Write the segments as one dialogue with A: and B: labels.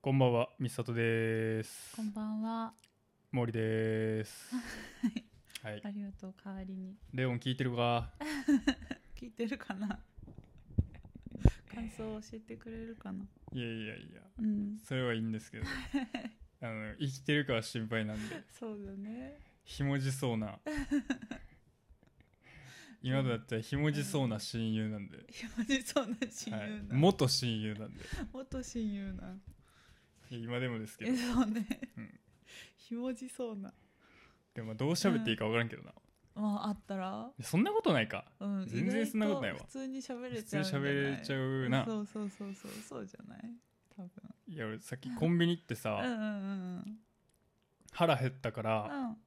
A: こんばんは、みさとです。
B: こんばんは。
A: 森 です。はい
B: あ。りがとう、代わりに。
A: レオン聞いてるか。
B: 聞いてるかな感想を教えてくれるかない
A: やいやいや、
B: うん。
A: それはいいん ですけど。あの、生きてるかは心配なんで、
B: そうだね。
A: ひもじそう な。今だったらひもじそうな親友なんで。
B: ひまじそうな親
A: はい
B: 友、な。
A: 元親友なんで。
B: 元親友な。
A: いや今でもですけ
B: え、
A: ど。
B: そうね
A: うん。
B: ひもじそうな。
A: でも、どう喋っていいかわからんけどな。
B: まあ、あったら
A: そんなことないか。
B: うん。
A: 全然
B: 意外
A: そんなことないわ
B: 普通に喋れ
A: 普
B: ち
A: 通
B: ゃ
A: に
B: うんじゃない
A: 喋れちゃうな。
B: そうそうそうそう、そうじゃない多分。
A: いや、俺さっきコンビニ行って
B: うんう
A: さ、
B: んうん
A: 腹減ったか
B: う
A: ら、
B: ん。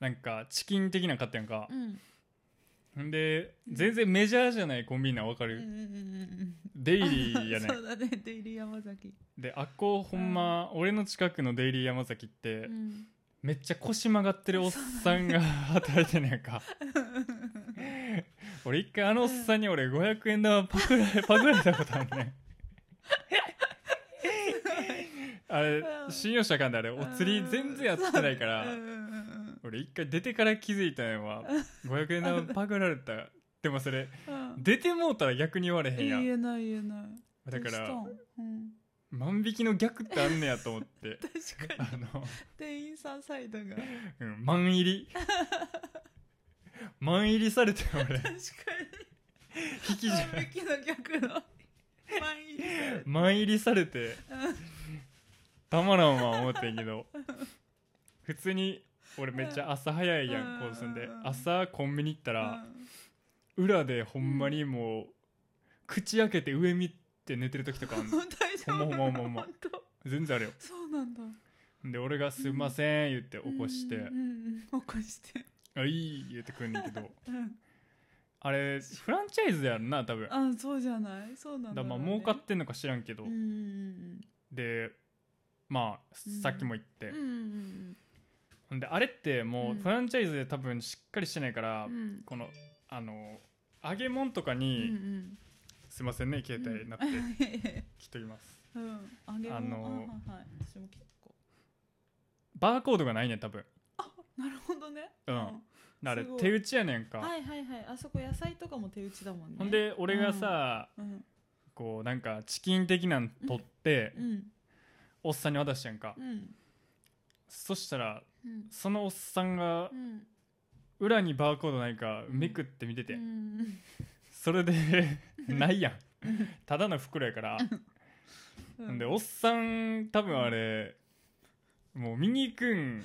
A: なんかチキン的なの買ったやんか。
B: うん。うん。
A: んで
B: うん
A: 全然メジャーじゃないコンビニなわか
B: う
A: る、
B: んうんうん
A: デイ
B: うん。
A: リーやね
B: そうだね、デイリー山崎。
A: であっこほんま、俺の近くのデイリー山崎って、
B: うん。
A: めっちゃ腰曲がってるおっさんが 働いてんねやんか俺一回あのおっさんに俺500円玉パクら れパクられたことあんねんあれ
B: うん
A: 信用したらあかんであれお釣り全然やってないか
B: う
A: ら
B: んうんうん
A: 俺一回出てから気づいたのは500円玉パクられたでもそれ
B: うん
A: 出てもうたら逆に言われへんやん
B: 言えない言えない
A: だか
B: どうし
A: ら
B: たんうん、
A: 万引きの逆ってあんねやと思って
B: 確かに
A: あの、
B: 店員さんサイドが
A: うん、万入り 万入りされて俺
B: 確か
A: 引きじ
B: に
A: ゃ
B: 万
A: ない
B: 引きの逆の万引き
A: 万入りされてたまらんわ思ってんけど普通に俺めっちゃ朝早いやん
B: うん
A: こうすんで
B: うん
A: 朝コンビニ行ったら裏でほんまにもう口開けて上見て寝てる時 とかあんの
B: うん大丈夫
A: ほんまほんまほんま
B: 本当
A: 全然あるよ
B: そうなんだ
A: で俺が「すいません」言って起こして
B: うんうんうん起こして
A: 「あいい」言ってくんねんけど
B: うん
A: あれフランチャイズやんな多分
B: あそうじゃないそうなん
A: だ
B: だろ
A: ま
B: う
A: あ
B: ね
A: 儲かってんのか知らんけど、
B: うんうん
A: でまあ
B: うん
A: さっきも言って
B: うんう、ん
A: ほんであれってもううんフランチャイズで多分しっかりしてないから、
B: うんうん
A: このあの揚げ物とか
B: うんう
A: に、
B: ん
A: すいませんね携帯なって
B: うん
A: きっといます、
B: うん揚げ物
A: あの
B: あはいはい私も結構
A: バーコードがないねん多分
B: なるほどね。
A: うんあれ
B: すごい
A: 手打ちやねんか、
B: はいはいはい。あそこ野菜とかも手打ちだもんね。
A: ほんで俺がさ、
B: うん
A: こうなんかチキン的なん取って、
B: うん
A: おっさんに渡したやんか、
B: うん
A: そしたら
B: うん
A: そのおっさんが
B: うん
A: 裏にバーコードないか
B: うん
A: めくって見てて、
B: うん
A: それで ないやんただの袋やから
B: うん
A: でおっさん多分あれもう見に行くん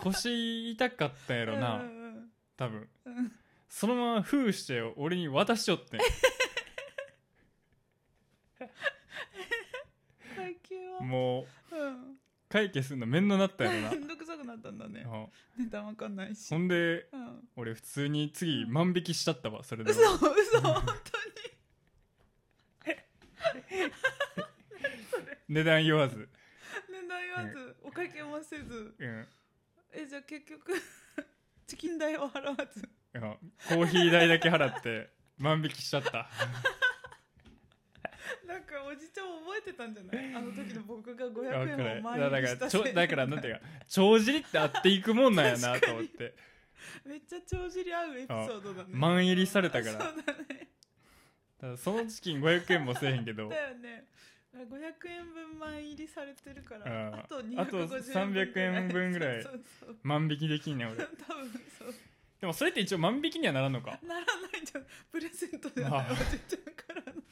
A: 腰痛かったやろな
B: うんうん
A: 多分
B: うん
A: そのまま封して俺に渡しよってん
B: 階級は
A: もう
B: うん
A: 解決するの面倒なったやろな
B: めんどくさくなったんだね。
A: うん
B: 値段わかんないし。
A: ほんで
B: うん
A: 俺普通に次万引きしちゃったわそれで
B: 嘘嘘本
A: 値段言わず、
B: 当に値段言わずお会計もせず
A: うん
B: えじゃあ結局チキン代を払わず
A: うんコーヒー代だけ払って万引きしちゃった
B: なんかおじちゃん覚えてたんじゃないあの時の僕が
A: いやこ
B: 500円
A: れ
B: を
A: だ
B: 前
A: からだ
B: にし
A: から
B: た
A: ちょ
B: せいで
A: だからなんていうか帳尻ってあっていくもんなんやなと思っ
B: 確
A: て
B: めっちゃ帳尻合うエピソードだね
A: 満入りされたから
B: そうだね
A: ただそのチキン500円もせえへんけど
B: だよね500円分満入りされてるか
A: うん
B: らあと250円
A: あと300円分ぐらい
B: そうそう
A: 万引きできんねん
B: そう
A: 俺
B: 多分そう
A: でもそれって一応万引きにはならんのか
B: ならないじゃんプレゼントじゃない
A: あ
B: おじちゃんからの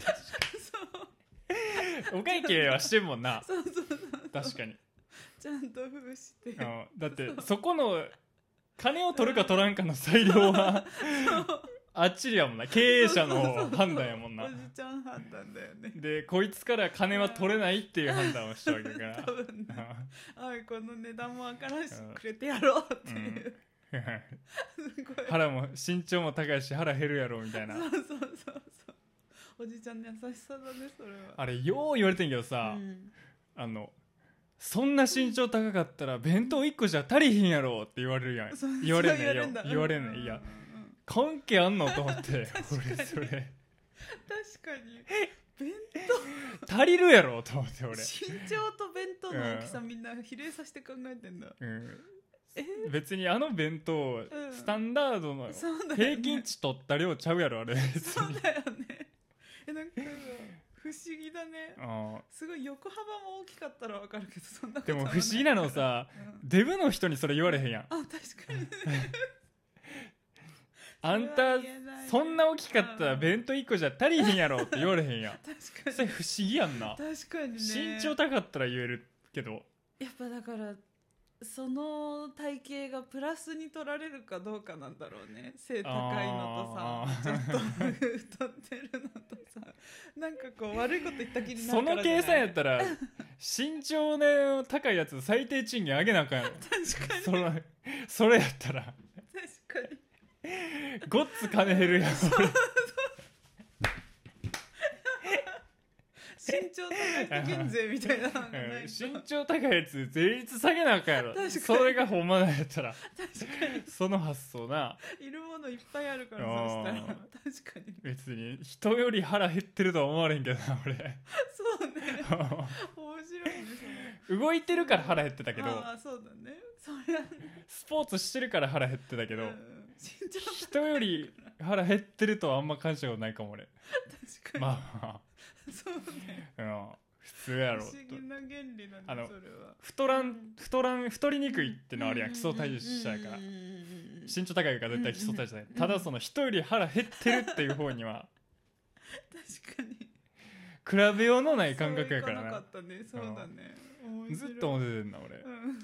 B: そう
A: お会計はしてんもんな
B: そうそうそう
A: 確かに
B: ちゃんと封して
A: あのだってそこの金を取るか取らんかの裁量はあっちりやもんな経営者の判断やもん
B: お
A: な
B: じちゃん判断だよね
A: でこいつから金は取れないっていう判断をしたわけだか
B: 多分ね
A: ら
B: あいこの値段もわからんし
A: うん
B: くれてやろうっていう、すごい
A: 腹も身長も高いし腹減るやろみたいな
B: そうそうそうそうおじちゃんの優しさだねそれは
A: あれよう言われてんけどさ、
B: うん
A: あのそんな身長高かったら弁当1個じゃ足りひんやろって言われるやん
B: そう
A: 言われ
B: そう
A: ねえ
B: る
A: よ
B: んだ
A: 言われねえいや
B: うんうんうん
A: 関係あんのと思って
B: 確かに
A: 俺それ
B: 確かに弁
A: 足りるやろと思って俺
B: 当、身長と弁当の大きさみんな比例させて考えてんだ
A: う
B: え
A: ん、別にあの弁当、
B: ん
A: スタンダードの
B: そうだよね
A: 平均値取った量ちゃうやろあれ別
B: そう
A: に
B: だよねえなんか不思議だね
A: あ
B: すごい横幅も大きかったらわかるけどそん
A: ー
B: なこと
A: で
B: は
A: も不思議なの
B: い
A: さ
B: うん
A: デブの人にそれ言われへんやん
B: あ確かにね
A: あんたそんな大きかったら弁当1個じゃ足りへんやろって言われへんやん
B: 確
A: そ
B: か
A: れ
B: に
A: 不思議やんな
B: 確かにね
A: 身長高かったら言えるけど
B: やっぱだからその体型がプラスに取られるかどうかなんだろうね背高いのとさちょっと太ってるのとさなんかこう悪いこと言った気にな
A: そ
B: るか
A: の
B: らじゃない
A: 計算やったら身長ね高いやつ最低賃金上げなあかんやろ
B: 確かに
A: それそれやったら
B: 確かに
A: ごっつ金減るやん
B: 身長高い人減税みたいなのがない
A: うん
B: と
A: 身長高いやつ税率下げなあかんやろ
B: 確かに
A: それがほんまなんやったら
B: 確か
A: その発想な
B: にいるものいっぱいあるから
A: あー
B: そうしたら確かに
A: 別に人より腹減ってるとは思われんけどな
B: そうね面白いね
A: 俺 動いてるから腹減ってた
B: そ
A: け
B: れ
A: ど
B: ああそうだねそれはね
A: スポーツしてるから腹減ってたけど、
B: うん身長
A: 人より腹減ってるとはあんま感じたことないかも俺
B: 確かに、
A: まあ
B: そうね
A: まあ、うん、普通やろ
B: 不
A: と
B: 思議な原理なん
A: あ
B: だ
A: の
B: それは
A: 太らん太らん太りにくいってのあるやん基礎体重
B: し
A: し
B: ち
A: ち
B: ゃ
A: ゃ
B: う
A: うから
B: 確
A: 身長高いから絶対基礎体重だね
B: うんうん
A: ただその人より腹減ってるっていう方には
B: かに
A: 比べようのない感覚やから
B: そういかな
A: な
B: かったねそうだね面
A: ず
B: 白い
A: っと思っててんな俺
B: うん不思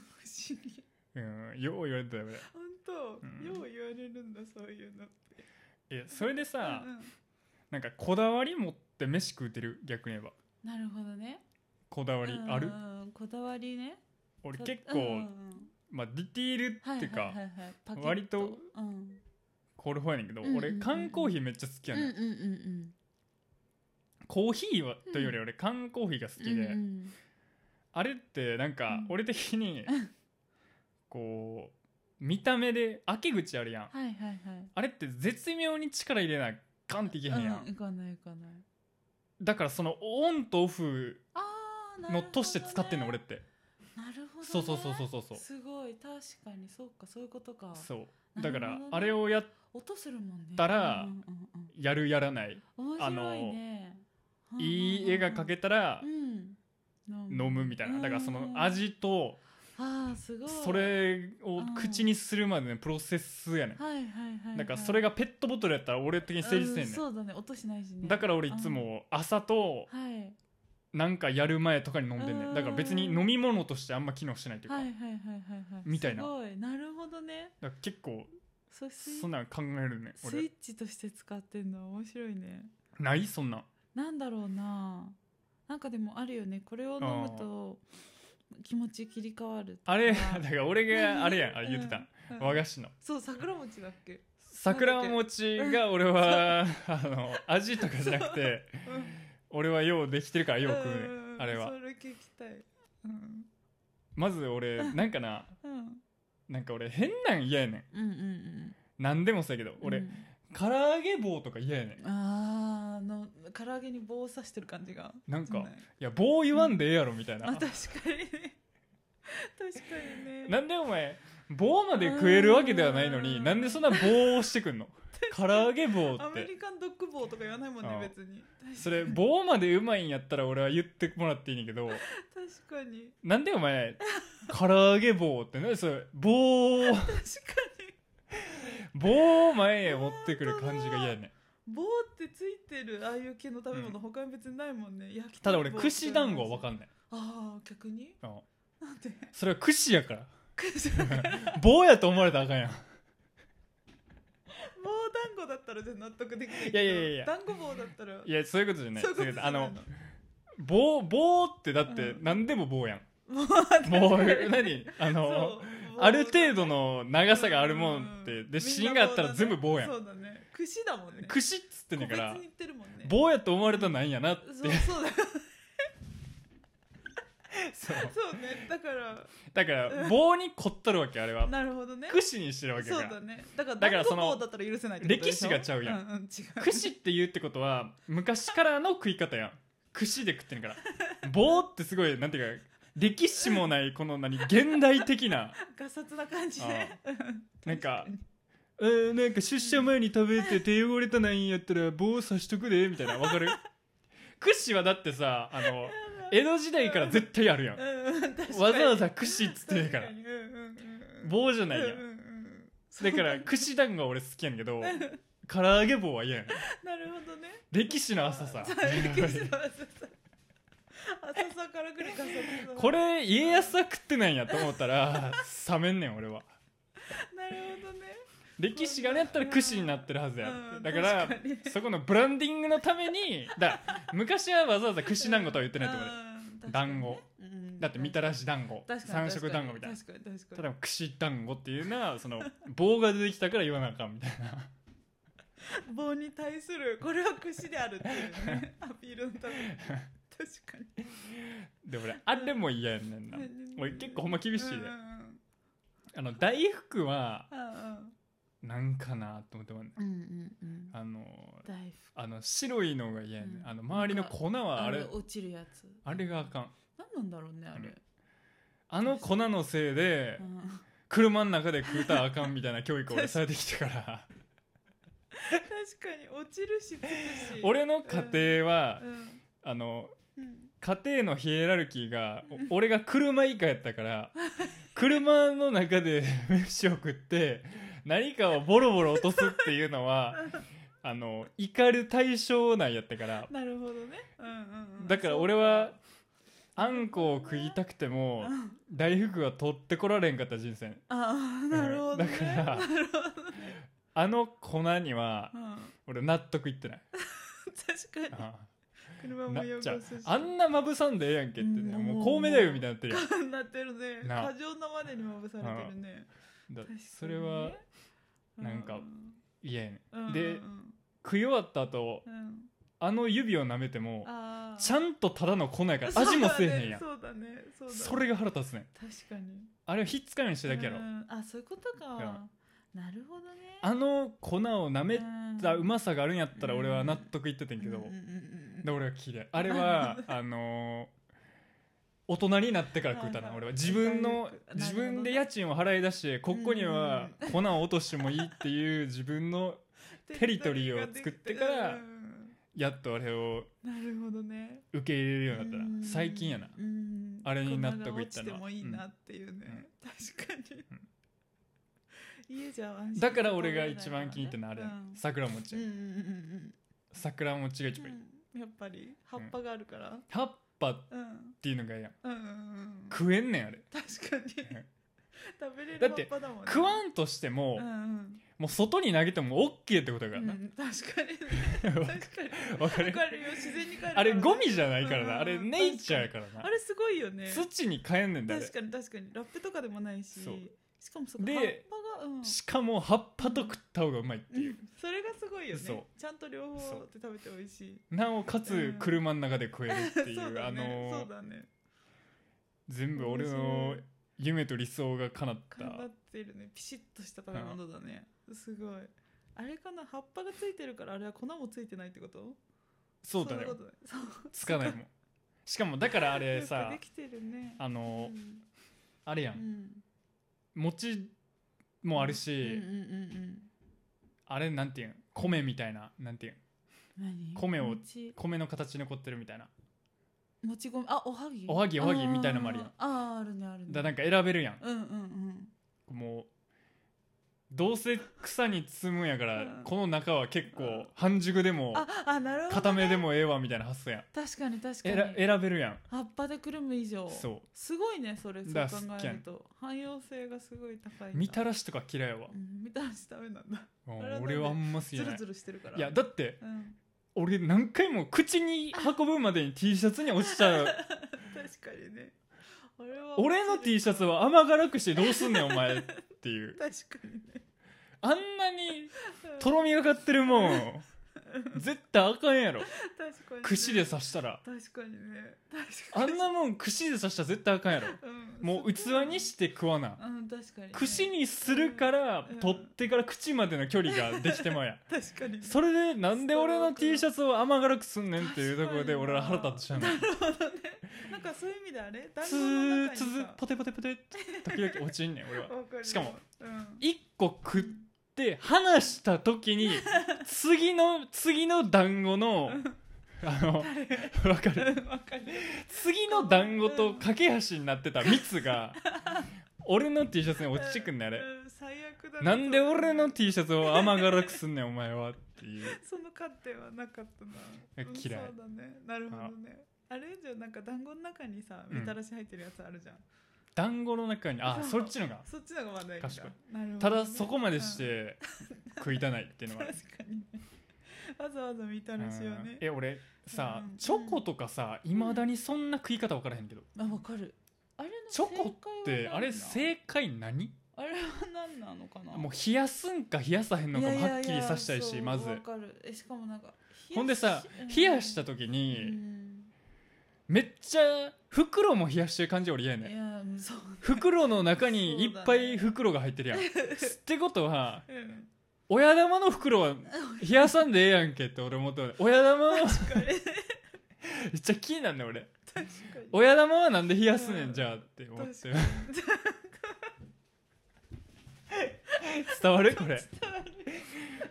B: 議
A: うんよう言われてたよ俺
B: 本当、
A: うん
B: よう言われるんだそういうの
A: えそれでさ
B: うんうん
A: なんかこだわり持って飯食うてる逆に言えば
B: なるほどね
A: こだわりある
B: うんうんこだわりね
A: 俺
B: そ
A: 結
B: うんうん
A: 構
B: うん
A: まあディティール
B: はい
A: っていう
B: は
A: か
B: いはいはいパキッ
A: 割と
B: うん
A: これ方やねんけど
B: うんうんうん
A: 俺缶コーヒーめっちゃ好き
B: うん
A: や
B: うん
A: ね
B: うんんうん
A: コーヒーはというより俺缶コーヒーが好き
B: うんう
A: で
B: ん
A: あれってなんか
B: うん
A: 俺的にこう見た目で開け口あるやん
B: はいはいはい
A: あれって絶妙に力入れなガンっていけへんや
B: うん
A: ん
B: いかないいかない
A: だからそのオンとオフ
B: あーなるほど
A: の
B: ね
A: として使ってんの俺って
B: なるほど、ね、
A: そうそうそうそうそうそう
B: すごい確かにそうかそういうことか
A: そうだから
B: なるほどね
A: あれをや
B: 音するもんね
A: たら
B: うんうんうん
A: やるやらない
B: うん、面白いねうんうんうん
A: いい絵が描けたら
B: うん
A: 飲むみたいなだからその味と
B: あーすごい
A: それを口にするまでのプロセスやねん
B: はいはいはい、はい、
A: だからそれがペットボトルやったら俺的に成立せん
B: う
A: ね
B: そうだね音しないしね
A: んだから俺いつも朝と
B: うんはい
A: なんかやる前とかに飲んでんね
B: うん
A: んだから別に飲み物としてあんま機能してないというか
B: はいはい
A: だ
B: は
A: か
B: いはいはい
A: みたいな
B: すごいなるほどね
A: ら結構
B: そうスイ
A: そんなん考えるね
B: スイ
A: 俺
B: ッチとして使ってんの面白いね
A: ないそんなん
B: なんだろうななんかでもあるよねこれを飲むと気持ち切り替わる
A: あれ だ
B: あ
A: から俺があれやんあれ言ってた和菓子の
B: そう桜餅だっけ、
A: 桜餅が俺は あの味とかじゃなくて俺はようできてるから
B: うん
A: よう食うね
B: うんうん
A: あれは
B: それ聞きたいうん
A: まず俺 なんかな
B: うん
A: なんか俺変なん嫌やねん
B: うんうん
A: 何でもそうやけど
B: う
A: 俺
B: ん
A: 唐揚げ棒とか嫌やねん
B: あーあの唐揚げに棒を刺してる感じが
A: なんか
B: そう
A: い
B: ね
A: や棒言わんでええやろみたい
B: あ
A: な
B: 確かにね 確かにね
A: なんでお前棒まで食えるわけではないの
B: う
A: に
B: ん
A: なんでそんな棒をしてくん の唐揚げ棒
B: ア
A: っ
B: メ
A: て
B: リカンドッグ棒とか言わないもん
A: あ
B: ね
A: ー
B: 別に 確かに
A: それ棒までうまいんやったら俺は言ってもらっていいねんけ ど
B: 確かに
A: なんでお前唐揚げ棒って何それ棒を
B: 確かに
A: 棒を前へ持ってくる感じが嫌やねん
B: 棒ってついてるああいう系の食べ物他に別にないもんね、焼き
A: ただ俺串団子は分
B: ん
A: かんない
B: ああ逆に
A: うん
B: なんで
A: それは串やから
B: 串団子
A: 棒やと思われたらあかんやん
B: 棒団子だったらじゃ納得できないけど
A: いやいやいや
B: 団子棒だったら
A: いやそういうことじゃない
B: そういうこと
A: そういうこ
B: じゃ
A: とあ
B: ない
A: の棒棒ってだって
B: うん
A: 何でも棒やん、
B: もう
A: 棒何あの
B: そう
A: ある程度の長さがあるもんって、
B: う
A: で
B: み
A: 芯があったら全部棒やん、
B: そうだね串だもんね
A: 串っつってんねん
B: 個
A: か
B: 別
A: ら
B: に言ってるもんね
A: 棒やと思われたらなんやなって
B: そうそうだ
A: そう
B: そうねだから
A: だから棒に凝っとるわけあれは
B: なるほどね
A: 串にしてるわけや
B: そ
A: か
B: う
A: ら
B: だねだから
A: だから
B: 団子
A: その
B: 棒だったら許せないってことでし
A: 歴史
B: ょ
A: がちゃうやん
B: うんうん違う
A: 串って言うってことは昔からの食い方やん串で食ってるから棒ってすごいなんていうか歴史もないこの何現代的な
B: ガサツな感じね
A: なんかうんなんか出社前に食べて手汚れたないんやったら棒刺しとくでみたいなわか る串はだってさあの江戸時代から絶対あるやん
B: うんうん 確かに
A: わざわざ串っつってるから
B: 確にうんうんうん
A: 棒じゃないや
B: うん
A: ん
B: うんうん
A: だから串団子は俺好きやねんけど唐揚げ棒は嫌やねん
B: なるほどね
A: 歴史の浅さ
B: そう歴史の浅さ浅さからくるガサツの
A: これ家康は食ってないんやと思ったら冷めんねん俺は
B: なるほどね
A: 歴史があれやったら串になってるはずや
B: うん
A: だから
B: 確かに
A: そこのブランディングのためにだ昔はわざわざ串団子とは言ってないと思うで
B: うん
A: 団子だってみたらし団子
B: 確か
A: 三
B: に
A: 色団子みたいな
B: 確かに確かに
A: ただ串団子っていうのはその棒が出てきたから言わなあかんみたいな
B: 棒に対するこれは串であるっていうね アピールのために確か
A: で俺あれも嫌やねんな
B: に
A: 俺結構ほんま厳しいで
B: うんうんうん
A: あの大福は
B: ああ
A: なんかなと思ってもらうね
B: うんうんうん
A: あの
B: 大福
A: あの白いのが嫌やね
B: うんん
A: あの周りの粉はあれ
B: の落ちるやつ
A: あれがあかん
B: 何なんだろうねあれ
A: あの粉のせいで
B: うん
A: 車の中で食うたらあかんみたいな教育を俺されてき たから
B: 確かに落ちるしつくし
A: 俺の家庭は
B: うん
A: あの
B: うん
A: 家庭のヒエラルキーがお俺が車以下やったから車の中で 飯を食って何かをボロボロ落とすっていうのはあの怒る対象なんやったから
B: なるほどねうんうんうん
A: だから俺はあんこを食いたくても
B: そううん
A: 大福は取ってこられんかった人生
B: ああなるほどね
A: だから
B: なるほどね
A: あの粉には
B: うん
A: 俺納得いってない
B: 確かに
A: あ
B: 車
A: あ
B: も
A: な
B: 汚
A: じゃあ
B: すし
A: あんなまぶさんでええやんけってね
B: うん
A: もうコウメ太夫みたいになってるやん
B: なってるね
A: な
B: 過剰なまでにまぶされてるね
A: だ
B: 確かにね
A: それはなんか嫌やねん
B: うん
A: で
B: うん
A: 食い終わった後
B: うんうん
A: あの指を舐めても
B: あー
A: ちゃんとただの粉やから味もせえへんやん
B: そうだねそうだね
A: それが腹立つねん
B: 確かに
A: あれはひっつかないようにしてるだけやろ
B: うんあそういうことかなるほどね
A: あの粉を舐めたう
B: ま
A: まさがあるんやったら俺は納得いっててんけどで俺は嫌いあれはあのー大人になってから食うた
B: はい
A: な
B: はい
A: 俺は自分の
B: なるほどね
A: 自分で家賃を払い出してここには粉を落としてもいいっていう自分のテリトリーを作ってからやっとあれを
B: なるほどね
A: 受け入れるようになった
B: うん
A: ら最近やな
B: うん
A: あれに納得いったのは
B: 粉が落ちてもいいなっていうね、確かに、家じゃ安心
A: だから俺が一番気に入ってるのはあれや
B: うん
A: 桜餅
B: うんうんうん
A: 桜餅が一
B: うん
A: 番いい
B: うんやっぱり葉っぱがあるから
A: 葉っぱっ
B: うん
A: ていうのがいいやん
B: うんうん
A: 食えんねんあれ
B: 確かに食べれ
A: だっ
B: る葉
A: て
B: っぱだもんね
A: 食わんとしても
B: うんうん
A: もう外に投げても OK ってことや
B: う
A: からな
B: ん、確かにね確かに
A: わか
B: わ
A: る
B: かるよ自然に帰るからね
A: あれゴミじゃないから
B: うんうん
A: なあれネイチャーやからな
B: あれすごいよね
A: 土に変えんねんだあれ
B: 確かに確かにラップとかでもないし
A: そう
B: しかもその葉っ
A: で
B: ぱが、うん、
A: しかも葉っぱと食った方がうまいっていう、
B: うん それがすごいよね
A: そう
B: ちゃんと両方
A: そう
B: で食べて美味しい
A: なおかつ
B: うん
A: 車の中で食えるっていう,、
B: そうだ
A: あの
B: ね
A: ー
B: そうだね
A: 全部俺
B: 面
A: の
B: 白い
A: 夢と理想が叶っ
B: かなったてるねピシッとした食べ物だねすごいあれかな葉っぱがついてるからあれは粉もついてないってこと
A: そうだね
B: いことそう
A: つかないもんしかもだからあ
B: よ
A: れ
B: く
A: さ
B: できてるね
A: あ
B: う
A: のー
B: ん
A: あれや
B: うんん
A: 餅もあるし、
B: うんうんうんうん
A: あれなんていうん米みたいななんていうん
B: 何
A: 米を
B: もち
A: 米の形に残ってるみたいな
B: もち米あおはぎ
A: おはぎおはぎみたいなのもあるやん
B: あーあーあるねあるね
A: だなんか選べるやん
B: うんうんうん
A: もうどうせ草に積むんやから、
B: うん
A: この中は結構半熟でも
B: ああなるほど
A: 固めでもええわみたいな発想やん
B: 確かに確か
A: え
B: に
A: ら選べるやん
B: 葉っぱでくるむ以上
A: そう
B: すごいねそれそう
A: だか
B: 考
A: ら好き
B: え
A: や
B: る
A: ね
B: と汎用性がすごい高いな
A: みたらしとか嫌いやわ
B: う、んみたらしダメなんだ
A: もう
B: あれは
A: 俺はあんま好きじ
B: ズ
A: ゃな
B: ル
A: い
B: ズルしてるから
A: いやだって
B: うん
A: 俺何回も口に運ぶまでに T シャツに落ちちゃ う
B: 確かにねあれは
A: 俺の T シャツは甘辛くしてどうすんねんお前っていう
B: 確かにね
A: あんなに
B: うん
A: とろみがかってるも ん絶対あかんやろ
B: 確かにね
A: 串で刺したら
B: 確かにね確か
A: あ
B: に
A: んなもん串で刺したら絶対あかんやろ
B: うん
A: もう器にして食わな
B: うん確かにね、
A: 串にするから
B: うん
A: 取ってから口までの距離ができてまうや
B: 確かにね
A: それでなんで俺の T シャツを甘辛くすんねんっていうところで
B: 確かに
A: 俺ら腹立ってしゃうの
B: なるほどねなんかそういう意味であれ団
A: つ
B: 子の
A: ー
B: 中に
A: つー
B: さ
A: ポテポテポテって時々落ちんねん俺は
B: わるよ
A: しかも、
B: うん、
A: 一個食って話した時に次の次の団子のあのわかる
B: わかる
A: 次の団子と架け橋になってた蜜が俺の T シャツに落ちてくんねんあれ
B: うん最悪だね
A: なんで俺の T シャツを甘辛くすんねんお前はっていう
B: その観点はなかったな
A: え嫌い
B: うんそうだねなるほどねあれじゃあなんか団子の中にさ
A: うん
B: みたらし入ってるやつあるじゃん、
A: 団子の中にあ
B: そ
A: そうっちのが
B: そっちのがまだいいんだ
A: 確か
B: なるほどね、
A: ただそこまでし
B: うん
A: て食いたないっていうのはあ
B: 確
A: る
B: かにねわざわざみたらしをね
A: え俺さ
B: うん
A: チョコとかさいまだにそんな食い方分からへんけど
B: あわかるあれの
A: チョコってあれ
B: 正解は
A: 正解何
B: 何なのあれは何なのかな
A: もう冷やすんか冷やさへんのかも
B: いやい
A: は
B: や
A: っ
B: い
A: き
B: や
A: りさしたい
B: そ
A: し
B: う
A: まず
B: わかるえしかもなんか
A: ほんでさ冷やした時
B: に
A: にめっちゃ袋も冷やしてる感じ俺嫌や
B: い
A: ね
B: やうんそう
A: 袋の中にい
B: そう
A: っ
B: だね
A: ぱい袋が入ってるやんってことは
B: うん
A: 親玉の袋は冷やさんでええやんけって俺思った親玉は
B: 確かに
A: めっちゃ気になんねん俺
B: 確かに
A: 親玉はなんで冷やすねんじゃあって思って
B: 確か
A: 伝わるこれ
B: 伝わる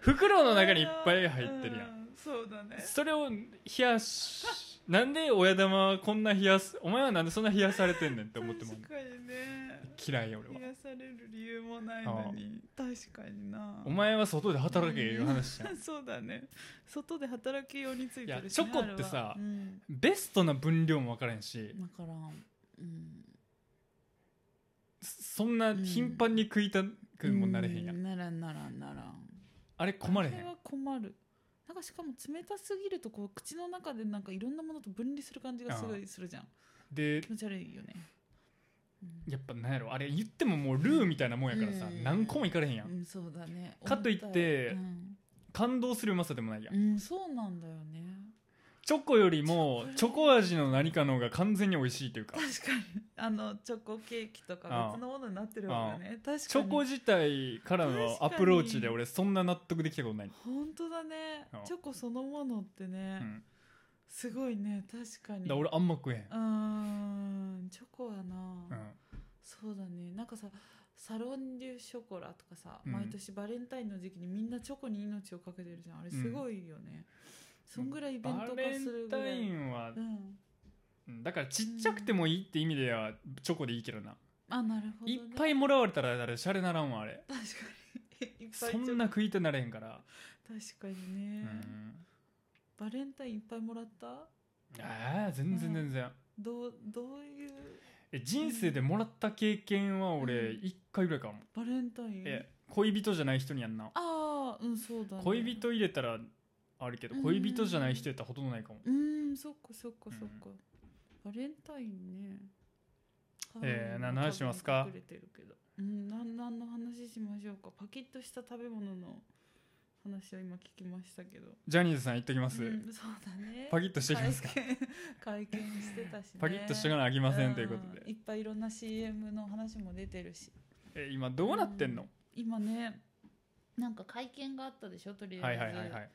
A: 袋の中にいっぱい入ってるやん
B: うそうだね
A: それを冷やしなんで親玉はこんな冷やすお前はなんでそんな冷やされてんねんって思っても
B: 確かにね
A: 嫌いよ俺は
B: 癒される理由もないのに確かにな
A: お前は外で働けいう話じ ゃん
B: そうだね外で働きようについて
A: い
B: る
A: や
B: し
A: チ
B: ね
A: ョコってさ
B: あれはうん
A: ベストな分量も分からへんし
B: だからうん
A: そんな頻繁に食いたくもなれへんやん、
B: うならんならんならん
A: あれ困れへ
B: それ
A: ん
B: は困るなんかしかも冷たすぎるとこう口の中でなんかいろんなものと分離する感じがすごいするじゃん
A: で
B: 気持ち悪いよね、うん
A: やっぱなんやろあれ言ってももうルーみたいなもんやからさ、
B: うん
A: 何個もいかれへんやん、
B: うん、そうだね
A: かといって
B: うん
A: 感動するうまさでもないやん、
B: うん、そうなんだよね
A: チョコよりもチョコ味の何かの方が完全に美味しいというか
B: 確かにあのチョコケーキとか別のものになってる方がね確かに
A: チョコ自体からのアプローチで俺そんな納得できたことない、
B: 本当だね
A: うん
B: チョコそのものってね、
A: うん、
B: すごいね確か
A: だ
B: に
A: から俺あんま食えへん
B: うーんチョコはな、
A: うん
B: そうだねなんかさサロンデュショコラとかさ、
A: うん
B: 毎年バレンタインの時期にみんなチョコに命をかけてるじゃんあれすごいよね、そんぐらいイベント
A: バ
B: 化
A: レ
B: する
A: ン
B: ぐら
A: タ
B: い
A: インは
B: うん、
A: うんだからちっちゃくてもいいって意味ではチョコでいいけどな、
B: あなるほど、ね、
A: いっぱいもらわれたらあれシャレならんわあれ
B: 確かに いっぱい
A: そんな食いたなれへんから、
B: 確かにね、
A: うん、
B: バレンタインいっぱいもらった
A: ああ全然全然
B: どうどういう
A: え人生でもらった経験は俺
B: うん
A: 一回ぐらいかも、
B: バレンタイン
A: え恋人じゃない人にやんな
B: ああうんそうだ、ね、
A: 恋人入れたらあるけど
B: うん
A: 恋人じゃない人やったらほとんどないかも、
B: うーんそっかそっかそっか、バレンタインね
A: えー
B: ハロウ
A: 何の
B: ィンの
A: 話しますか
B: 多分隠れてるけどうんなん何の話しましょうかパキッとした食べ物の話を今聞きましたけど、
A: ジャニーズさん言っとき
B: う
A: ま
B: ん、
A: す、
B: そうだね
A: パキッとしてきますか
B: 会見会見してたし、ね、
A: パキッとしてからあきませんということ
B: ん
A: で
B: いっぱいいろんな CM の話も出てるし
A: え今どうなってんの、
B: 今ねなんか会見があったでしょとりあ
A: は
B: え
A: い
B: ず、
A: はいはいはい、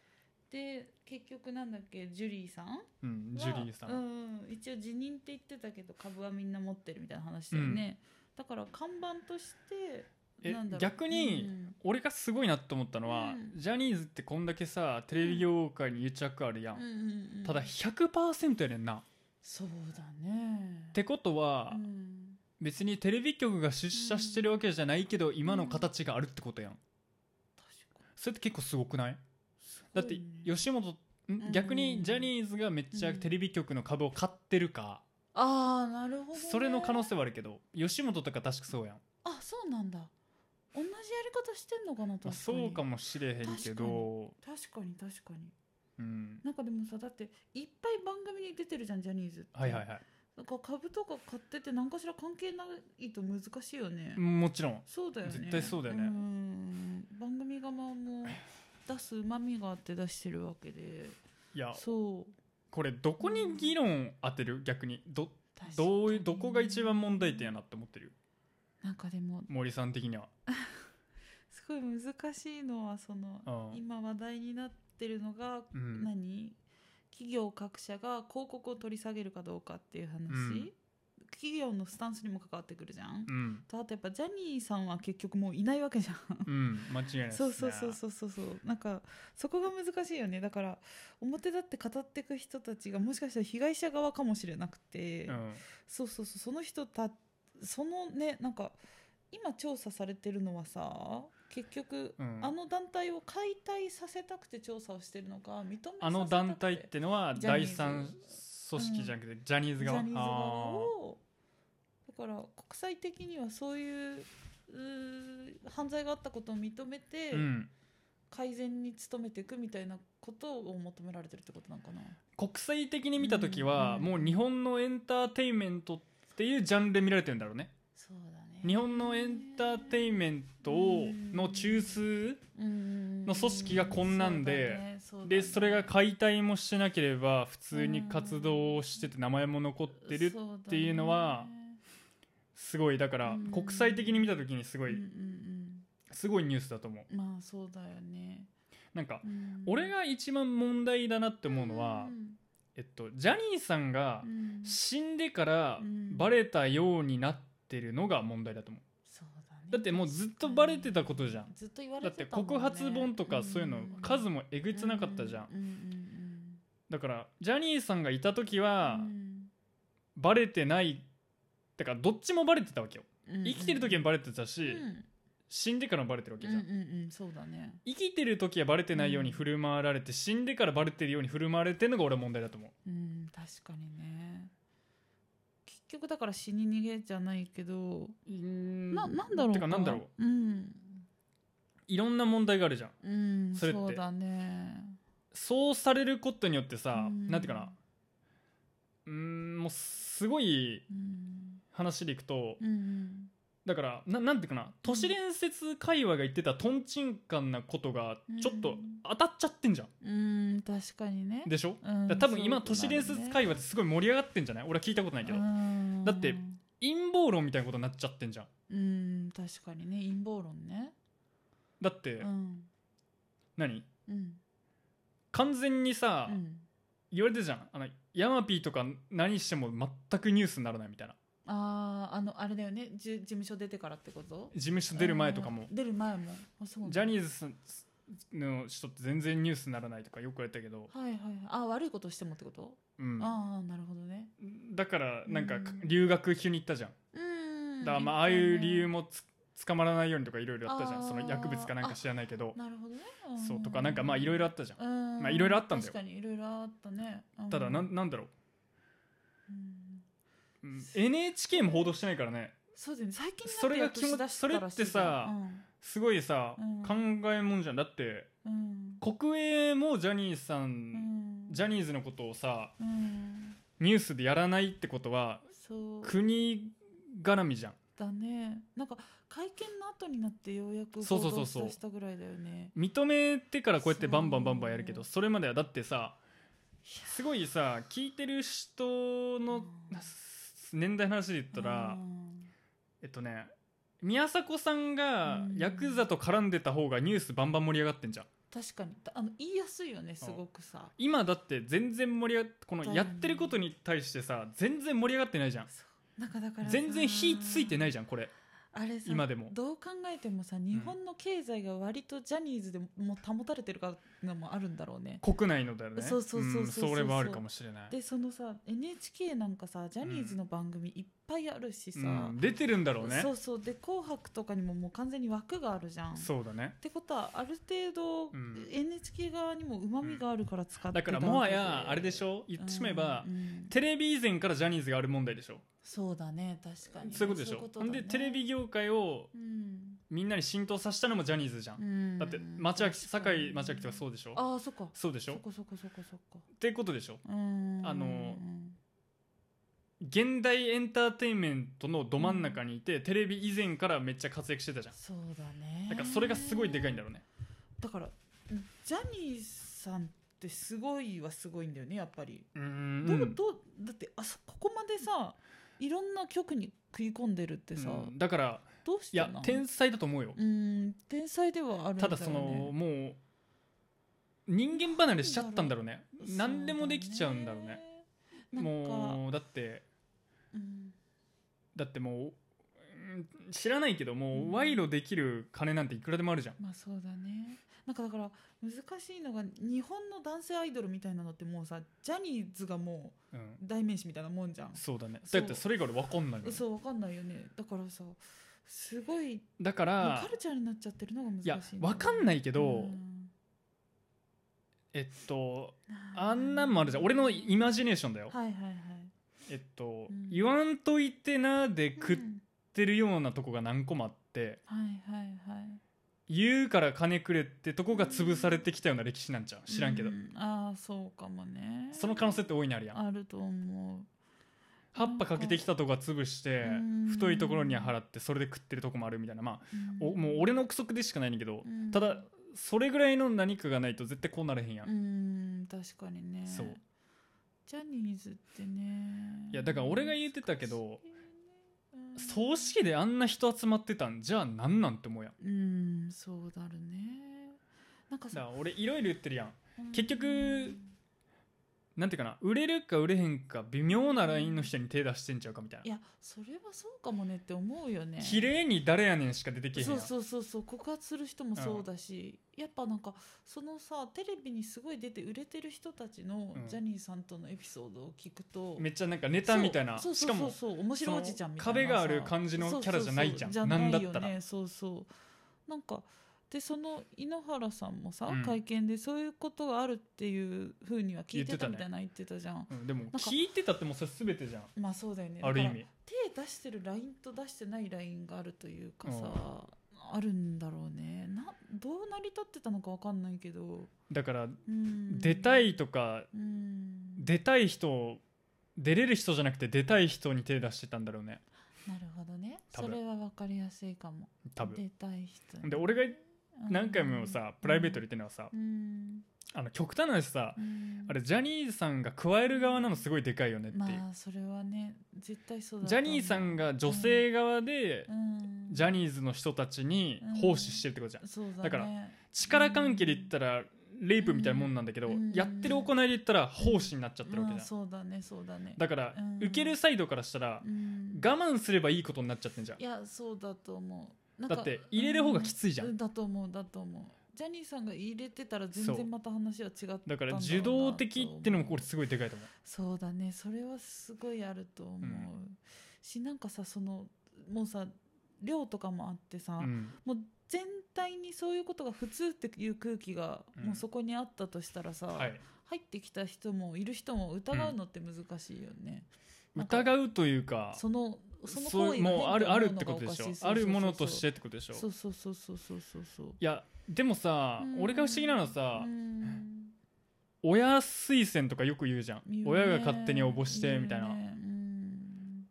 B: で結局なんだっけジュリーさん
A: うん、
B: は
A: ジュリーさん、
B: うん、一応辞任って言ってたけど株はみんな持ってるみたいな話だよね、だから看板として
A: え
B: なんだろう
A: 逆に俺がすごいなと思ったのは、
B: うん
A: ジャニーズってこんだけさテレビ業界に癒着あるや
B: うん
A: ん、
B: うんうんうん
A: ただ100%やねんな、
B: そうだね
A: ってことは、
B: うん
A: 別にテレビ局が出社してるわけじゃないけど今の形があるってことやん
B: 確か
A: それって結構すごくない
B: すご
A: だ
B: い
A: っ
B: ね
A: て吉本ん逆にジャニーズがめっちゃテレビ局の株を買ってるか、
B: ああなるほど、ね、
A: それの可能性はあるけど吉本とか確かそうやん、
B: あそうなんだ同じやり方してんのかな確か
A: まあ
B: に
A: そうかもしれへんけど、
B: 確かに確かに
A: うん、
B: なんかでもさだっていっぱい番組に出てるじゃんジャニーズって
A: はいはいは
B: なんか株とか買ってて何かしら関係ないと難しいよね、
A: いもちろん
B: そうだよね
A: 絶対そうだよね
B: ん番組側も出すうまみがあって出してるわけで
A: いや
B: そう
A: これどこに議論当てる逆にど
B: 確かに
A: どういうどこが一番問題点やなって思ってるよ
B: なんかでも
A: 森さん的には
B: すごい難しいのはその
A: うん
B: 今話題になってるのが、
A: うん
B: 何企業各社が広告を取り下げるかどうかっていう話、
A: うん
B: 企業のスタンスにも関わってくるじゃん、
A: うん
B: とあとやっぱジャニーさんは結局もういないわけ じゃん
A: うん間違いないです
B: そ
A: ね
B: うそうそうそうそうそうなんかそこが難しいよねだから表立って語ってく人たちがもしかしたら被害者側かもしれなくて、
A: うん
B: そうそうそうその人たそのねなんか今調査されてるのはさ結局、
A: うん
B: あの団体を解体させたくて調査をしてるのか認めさせたくて
A: あの団体ってのは
B: ジャニ
A: 第
B: ーズ
A: 三組織じゃなくてジャニー
B: ジ
A: ズ側
B: ャニーズ側
A: あ
B: をだから国際的にはそういううー犯罪があったことを認めて、
A: ーうん
B: 改善に努めていくみたいなことを求められてるってことなんかな
A: 国際的に見た時は
B: うん
A: もう日本のエンターテインメントっていうジャンルで見られてるんだろうね
B: そうだね
A: 日本のエンターテインメントをの中枢
B: の
A: の組織がこんなんででそれが
B: っ
A: 解体もしてなければ普通に活動をしてて名前も残ってるていうのはすごいだから
B: うん
A: 国際的に見た時にすご
B: うんう
A: い
B: ん
A: すごいニュースだと思う
B: うんまあそうだよね
A: なんか
B: うん
A: 俺が一番問題だなって思うのは
B: ん
A: えっとジャニーさんが
B: うん
A: 死んでから
B: うん
A: バレたようになってるのが問題だと思う
B: そうだね
A: だってもうずっとバレてたことじゃん
B: ずっと言わ
A: だ
B: れ
A: って
B: てたもんね
A: 告発本とかそういうの数もえぐつなかったじゃん
B: うんうん
A: だからジャニーさんがいた時
B: うん
A: は
B: うん
A: バレてないだからどっちもバレてたわけよ
B: うん
A: 生きてる時もバレてたし
B: うん
A: 死んでからもバレてるわけじゃ
B: うん
A: ん
B: うんうんそうだね
A: 生きてる時はバレてないように振る舞われて死んでからバレてるように振る舞われてるのが俺は問題だと思う
B: うん確かにね結局だから死に逃げじゃないけどななんだろう
A: てかなんだろう
B: うん、
A: いろんな問題があるじゃん
B: うん、
A: そ
B: そ
A: れって
B: うだね
A: そうされることによってさ
B: うん
A: なんていうかなうーんもうすごい
B: うん
A: 話でいくと
B: うん
A: だからななんていうかな都市伝説会話が言ってたとんちんかんなことがちょっ
B: う
A: と
B: ん
A: 当たっちゃってんじゃん
B: うん、うん、確かにね
A: でしょ
B: うん
A: だから多分
B: そ
A: 今
B: う
A: 都市伝説
B: だね
A: 会話ってすごい盛り上がってんじゃない俺は聞いたことないけど
B: うん
A: だって陰謀論みたいなことになっちゃってんじゃん
B: うん確かにね陰謀論ね
A: だって
B: うん
A: 何
B: うん
A: 完全にさ
B: うん
A: 言われてるじゃんあのヤマピーとか何しても全くニュースにならないみたいな
B: あああのあれだよねじゅ事務所出てからってこと
A: 事務所出る前とかも
B: うん出る前もあそうなんだ
A: ジャニーズさんの人って全然ニュースにならないとかよく言われたけど、
B: はいはいはいあ悪いことしてもってこと、
A: うん、
B: ああなるほどね
A: だからなんか
B: うん
A: 留学級に行ったじゃん
B: うん
A: だからまあああいう理由もつ捕まらないようにとかいろいろあったじゃ
B: あ
A: ん
B: ー
A: その薬物かなんか知らないけど
B: なるほどね
A: そうとかなんかまあいろいろあったじゃん
B: ま
A: まあいろいろあったんだよ
B: 確かにいろいろあったね、うん
A: ただなんなんだろ
B: うん
A: う、うん NHK も報道してないからね
B: そうだよね最近
A: それ
B: にな
A: が
B: ってやっとしだした
A: 気持ち
B: らしい
A: それってさすごいさ
B: う
A: 考えもんじゃんだって
B: うんうん
A: 国営もジャニーさ
B: うんん
A: ジャニーズのことをさ
B: うん
A: ニュースでやらないってことは
B: そう
A: 国絡みじゃん
B: だねなんか会見の後になってようやく
A: そ
B: 報
A: うそうそ
B: 道
A: う
B: し
A: そう
B: だしたぐらいだよね
A: 認めてからこうやってバンバンバンバンやるけど
B: そ
A: それまではだってさすごいさ聞いてる人の年代の話で言ったら
B: うん
A: えっとね宮迫さんが
B: うん
A: ヤクザと絡んでた方がニュースバンバン盛り上がってんじゃん
B: 確かにたあの言いやすいよねすごくさ
A: 今だって全然盛り上がこ
B: だ
A: の
B: よね
A: やってることに対してさ全然盛り上がってないじゃん
B: そうなんかだからさ
A: 全然火ついてないじゃんこれ
B: あれさ
A: 今でも
B: どう考えてもさ日本の経済が割とジャニーズでももう保たれてるからのもあるんだろうね。
A: 国内のだよね
B: そうそうそうそうそうん
A: それはあるかもしれない
B: でそのさ NHK なんかさジャニーズの番組いっぱいあるしさ、
A: うん出てるんだろうね
B: そうそうで「紅白」とかにももう完全に枠があるじゃん。っ
A: そうだね
B: てことはある程度、
A: うん
B: NHK 側にもうまみがあるから使って
A: だからもはやあれでし
B: ょ
A: ょ言ってしまえば、
B: うんうん
A: テレビ以前からジャニーズがある問題でしょ
B: そうだね確かにね、
A: そういうことでしょほんでテレビ業界を
B: うん、
A: みんなに浸透させたのもジャニーズじゃん、
B: うん、
A: だって町明酒井町明とか
B: う
A: そうでしょ
B: ああそっか
A: そうでし
B: そ
A: ょ
B: こそこそこそこ
A: ってことでしょあ
B: あ
A: の現代エンターテインメントのど真ん中にいて、テレビ以前からめっちゃ活躍してたじゃん
B: そうだね
A: だからそれがすごいでかいんだ
B: ろ
A: ろうね
B: うだからジャニーさんってすごいはすごいんだよねやっぱり、
A: うーん
B: どうどうだってあそここまでさいろんな曲に食い込んでるってさ、
A: うんだから
B: どうし
A: い
B: てな
A: や
B: の
A: 天才だと思うよ、
B: うん天才ではあるんだ
A: た
B: よ、ね、
A: だそのもう人間離れしちゃったんだろうね
B: そうだね
A: 何でもできちゃうんだろうね
B: なんか
A: もうだって
B: うん
A: だってもううん知らないけども
B: うん
A: う賄賂できる金なんていくらでもあるじゃん
B: まあそうだねなんかだから難しいのが日本の男性アイドルみたいなのってもうさジャニーズがもう
A: うん
B: 代名詞みたいなもんじゃん
A: そうだね
B: そ
A: だっ
B: う
A: てそれ以外俺分かんないもん
B: そうわかんないよねだからさすごい
A: だか
B: もう
A: ら
B: カルチャーになっちゃってるのが難
A: い
B: しいんだよ
A: や
B: ね
A: 分かんないけど、
B: うん
A: えっとあんなんもあるじゃん俺のイマジネーションだよ、
B: はいはいはい
A: えっと、
B: うん
A: 言わんといてなで食っ
B: うん
A: てるようなとこが何個もあって
B: はいはいはい
A: 言うから金くれってとこが潰されてきたような歴史なんじゃん知らんけど、
B: うんああそうかもね
A: その可能性って大いにあるやん
B: あると思う
A: 葉っぱかけてきたとこは潰して
B: うん
A: 太いところには払ってそれで食ってるとこもあるみたいなまあおもう俺の憶測でしかないねんだけど
B: うん
A: ただそれぐらいの何かがないと絶対こうなれへんや
B: うんん確かにね
A: そう
B: ジャニーズってね
A: いやだから俺が言ってたけど
B: 難しいね
A: 葬式であんな人集まってたんじゃあなんなんて思うやん
B: うんうんそうだるねなんか
A: だか
B: さ
A: ら俺いろいろ言ってるやん
B: うん
A: 結局なんていうかな売れるか売れへんか微妙なラインの人に手出してんちゃうかみたい
B: い
A: な
B: やそれはそうかもねって思うよね
A: 綺麗に誰やねんしか出てけへんや
B: そ
A: ん
B: うそうそうそう告発する人もそうだし、やっぱなんかそのさテレビにすごい出て売れてる人たちの
A: うん
B: ジャニーさんとのエピソードを聞くと、
A: めっちゃなんかネ
B: そ
A: タ
B: う
A: みたいな
B: そう
A: し
B: そ
A: か
B: うそう
A: も
B: そう面白おじちゃんみたいな
A: 壁がある
B: さ
A: 感じのキャラじゃないじゃん
B: そうそうそう
A: なんだったら
B: じゃないよねそうそうなんかでその井ノ原さんもさ、
A: うん
B: 会見でそういうことがあるっていうふうには聞いて
A: 言って
B: た
A: たね
B: みたいな言ってたじゃん
A: うんでも
B: か
A: 聞いてたってもうそれ全てじゃん
B: まあそうだよね
A: ある意
B: だか
A: 味
B: ら手出してるラインと出してないラインがあるというかさ、あるんだろうねなどう成り立ってたのかわかんないけど、
A: だから
B: うん、
A: 出たいとか
B: うん
A: 出たい人出れる人じゃなくて出たい人に手出してたんだろうね
B: なるほどね
A: 多
B: そ
A: 分
B: れはわかりやすいかも
A: 多分
B: 出たい人に
A: で俺が
B: うん
A: 何回もさプライベートで言ってるのはさ
B: うん
A: あの極端な話さ
B: うん
A: あれジャニーズさんが加える側なのすごいでかいよねっていう、
B: まあそれはね絶対そうだ
A: ジ
B: と
A: ャ
B: 思う
A: ニーさんが女性側で
B: うん
A: ジャニーズの人たちに奉仕してるってことじゃん
B: そうだ,、ね、
A: だから力関係で言ったらレイプみたいなもんなんだけど
B: うん
A: やってる行いで言ったら奉仕になっちゃってるわけ
B: まあ
A: じゃん
B: そうだねそうだね
A: だから
B: うん
A: 受けるサイドからしたら
B: うん
A: 我慢すればいいことになっちゃってんじゃん
B: いやそうだと思うなんか
A: だって入れる方がきついじゃ
B: うんんだと思うだと思うジャニーさんが入れてたら全
A: そう
B: 然また話は違ったんだろうな
A: だから受動的ってのもこれすごいでかいと思う
B: そうだねそれはすごいあると思う、
A: うん
B: しなんかさそのもうさ量とかもあってさ、
A: うん
B: もう全体にそういうことが普通っていう空気が
A: うん
B: もうそこにあったとしたらさ、
A: はい
B: 入ってきた人もいる人も疑うのって難しいよね、なんか
A: 疑うというか
B: そのその行
A: そう
B: 為が
A: もうあるあるってことでし
B: 変思うのがおかい
A: ょあるものとしてってことでしょ
B: そうそうそうそうそうそうそう
A: いやでもさ
B: うん
A: 俺が不思議なのさ
B: うん
A: 親推薦とかよく言うじゃん
B: 言うね
A: 親が勝手に応募してみたい
B: 言う
A: な
B: ねうん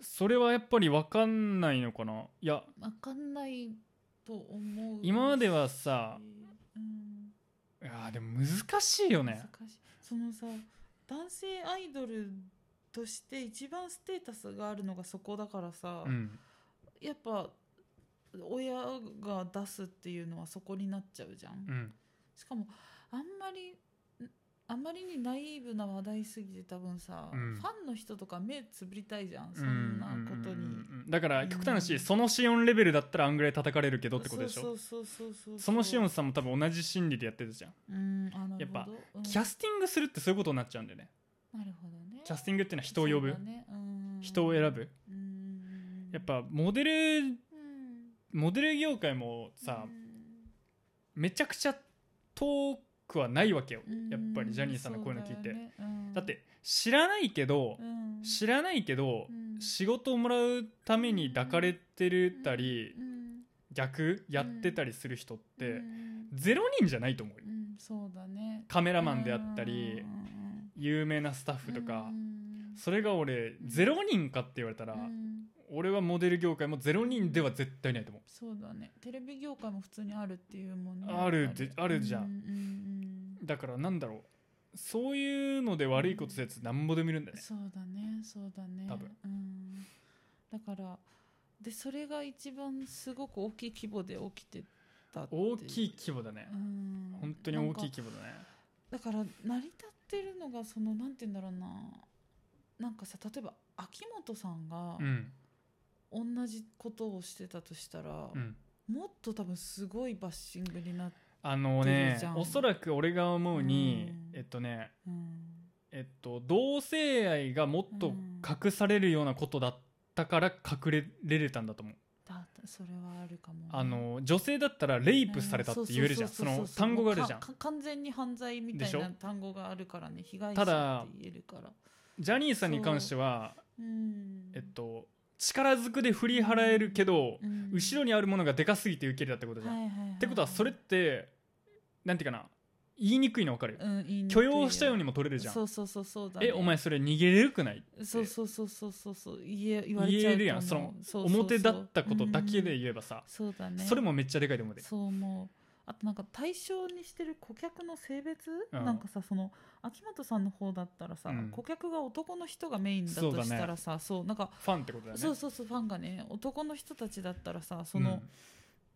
A: それはやっぱり分かんないのかないや
B: わかんないと思う
A: 今まではさ
B: うん
A: いやでも難しいよね
B: 難しいそのさ男性アイドルとして一番ステータスがあるのがそこだからさ、
A: うん
B: やっぱ親が出すっていうのはそこになっちゃうじゃん、
A: うん
B: しかもあんまりんあまりにナイーブな話題すぎて多分さ、
A: うん
B: ファンの人とか目つぶりたいじゃんそんなことに、
A: うんうんうんだから極端な話、
B: うん
A: そのシオンレベルだったらあんぐらい叩かれるけど
B: そ
A: ってことでしょ
B: そうそうそうそう
A: そのシオン
B: う
A: さんも多分同じ心理でやってるじゃん、
B: うんあなるほど
A: やっぱ
B: うん
A: キャスティングするってそういうことになっちゃうんだよね
B: なるほどね
A: キャスティングっていうのは人を呼ぶ、
B: そうだねうん
A: 人を選ぶ
B: うん
A: やっぱモデル
B: うん
A: モデル業界もさ、
B: うん
A: めちゃくちゃ遠くはないわけよ
B: うん
A: やっぱりジャニーさんのこういうの聞いて
B: そうだよねうん
A: だって知らないけど、
B: うん
A: 知らないけど、
B: うん
A: 仕事をもらうために抱かれてるたり、
B: うん
A: 逆やってたりする人って、
B: うん
A: ゼロ人じゃないと思うよ
B: うんそうだね
A: カメラマンであったり
B: うんうん
A: 有名なスタッフ
B: うん
A: とか
B: うん
A: それが俺ゼロ人かって言われたら
B: うん
A: 俺はモデル業界もゼロ人では絶対ないと思
B: そうだねテレビ業界も普通にあるっていうもんね
A: あるであるじゃん
B: うん
A: うだからなんだろうそういうので悪いことするやつなんぼで見るんだね
B: そうだねそうだね
A: 多分
B: うん、だからでそれが一番すごく大きい規模で起きてたって
A: 大き
B: い、
A: い規模だね
B: うん、
A: 本当に大き
B: ないんか
A: 規模だね
B: だから成り立ってるのがそのなんて言うんだろうななんかさ例えば秋元さんが
A: うん
B: 同じことをしてたとしたら、
A: うん
B: もっと多分すごいバッシングになって、
A: あの
B: 出
A: ね
B: るじゃん
A: おそらく俺が思うに
B: うん
A: えっとね
B: うん、
A: えっと同性愛がもっと隠されるようなことだったから隠れれれたんだと思う
B: だそれはあるかもね、
A: あの女性だったらレイ
B: うん
A: プされたって
B: そうそう
A: 言えるじゃんそ
B: そ
A: う
B: そう
A: の
B: そう
A: 単語があるじゃん
B: かか完全に犯罪みた
A: で
B: い
A: しょ
B: な単語があるからね被害者
A: た
B: って
A: だ
B: 言えるから
A: ジャニーさんに関しては
B: うん
A: えっと力ずくで振り払えるけど
B: うん
A: 後ろにあるものがでかすぎて受け入れたってことじゃん、
B: はいはいはいはい
A: ってことはそれってなんていうかな言いにくいの分かるよ、
B: うん言いにくい
A: 許容したようにも取れるじゃん
B: そうそうそうそうだ、ね、
A: えお前それ逃げれるくない
B: そうそうそうそうそうそう言え言われちゃ
A: 言
B: うと思う
A: えるやんその
B: そうそうそう
A: 表だったことだけで
B: うん
A: 言えばさ、
B: そうだね
A: それもめっちゃでかいと思うで
B: そう思うあとなんか対象にしてる顧客の性別、
A: うん
B: なんかさその秋元さんの方だったらさ、
A: うん
B: 顧客が男の人がメインだ
A: そう
B: と
A: だね
B: したらさそう,、なんか
A: ファンってことだよね
B: そうそうそうファンがね男の人たちだったらさその、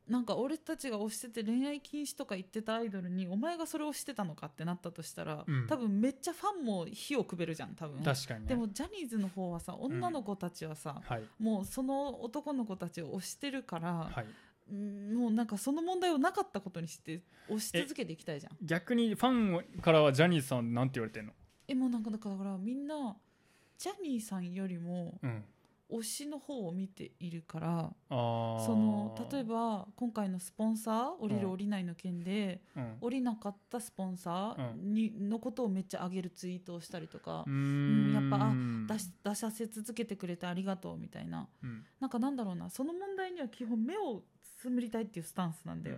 B: なんか俺たちが推してて恋愛禁止とか言ってたアイドルにお前がそれをしてたのかってなったとしたら、
A: うん
B: 多分めっちゃファンも火をくべるじゃん多
A: う
B: 分
A: ん、確かにね
B: でもジャニーズの方はさ女の子たちはさ、
A: はい
B: もうその男の子たちを推してるから、
A: はい
B: うんもうなんかその問題をなかったことにして推し続けていきたいじゃん
A: 逆にファンからはジャニーさんはなんて言われてんの
B: えもうなんかだからみんなジャニーさんよりも
A: うん
B: 推しの方を見ているから
A: あー
B: その例え、ば今回のスポンサー降り
A: う
B: る
A: ん
B: 降りないの件で、
A: うん
B: 降りなかったスポンサーに、のことをめっちゃ上げるツイートをしたりとか、
A: うん
B: やっぱあ出
A: し
B: し出させ続けてくれてありがとうみたいな
A: うん
B: なんかなんだろうなその問題には基本目をつむりたいっていうスタンスなんだよ、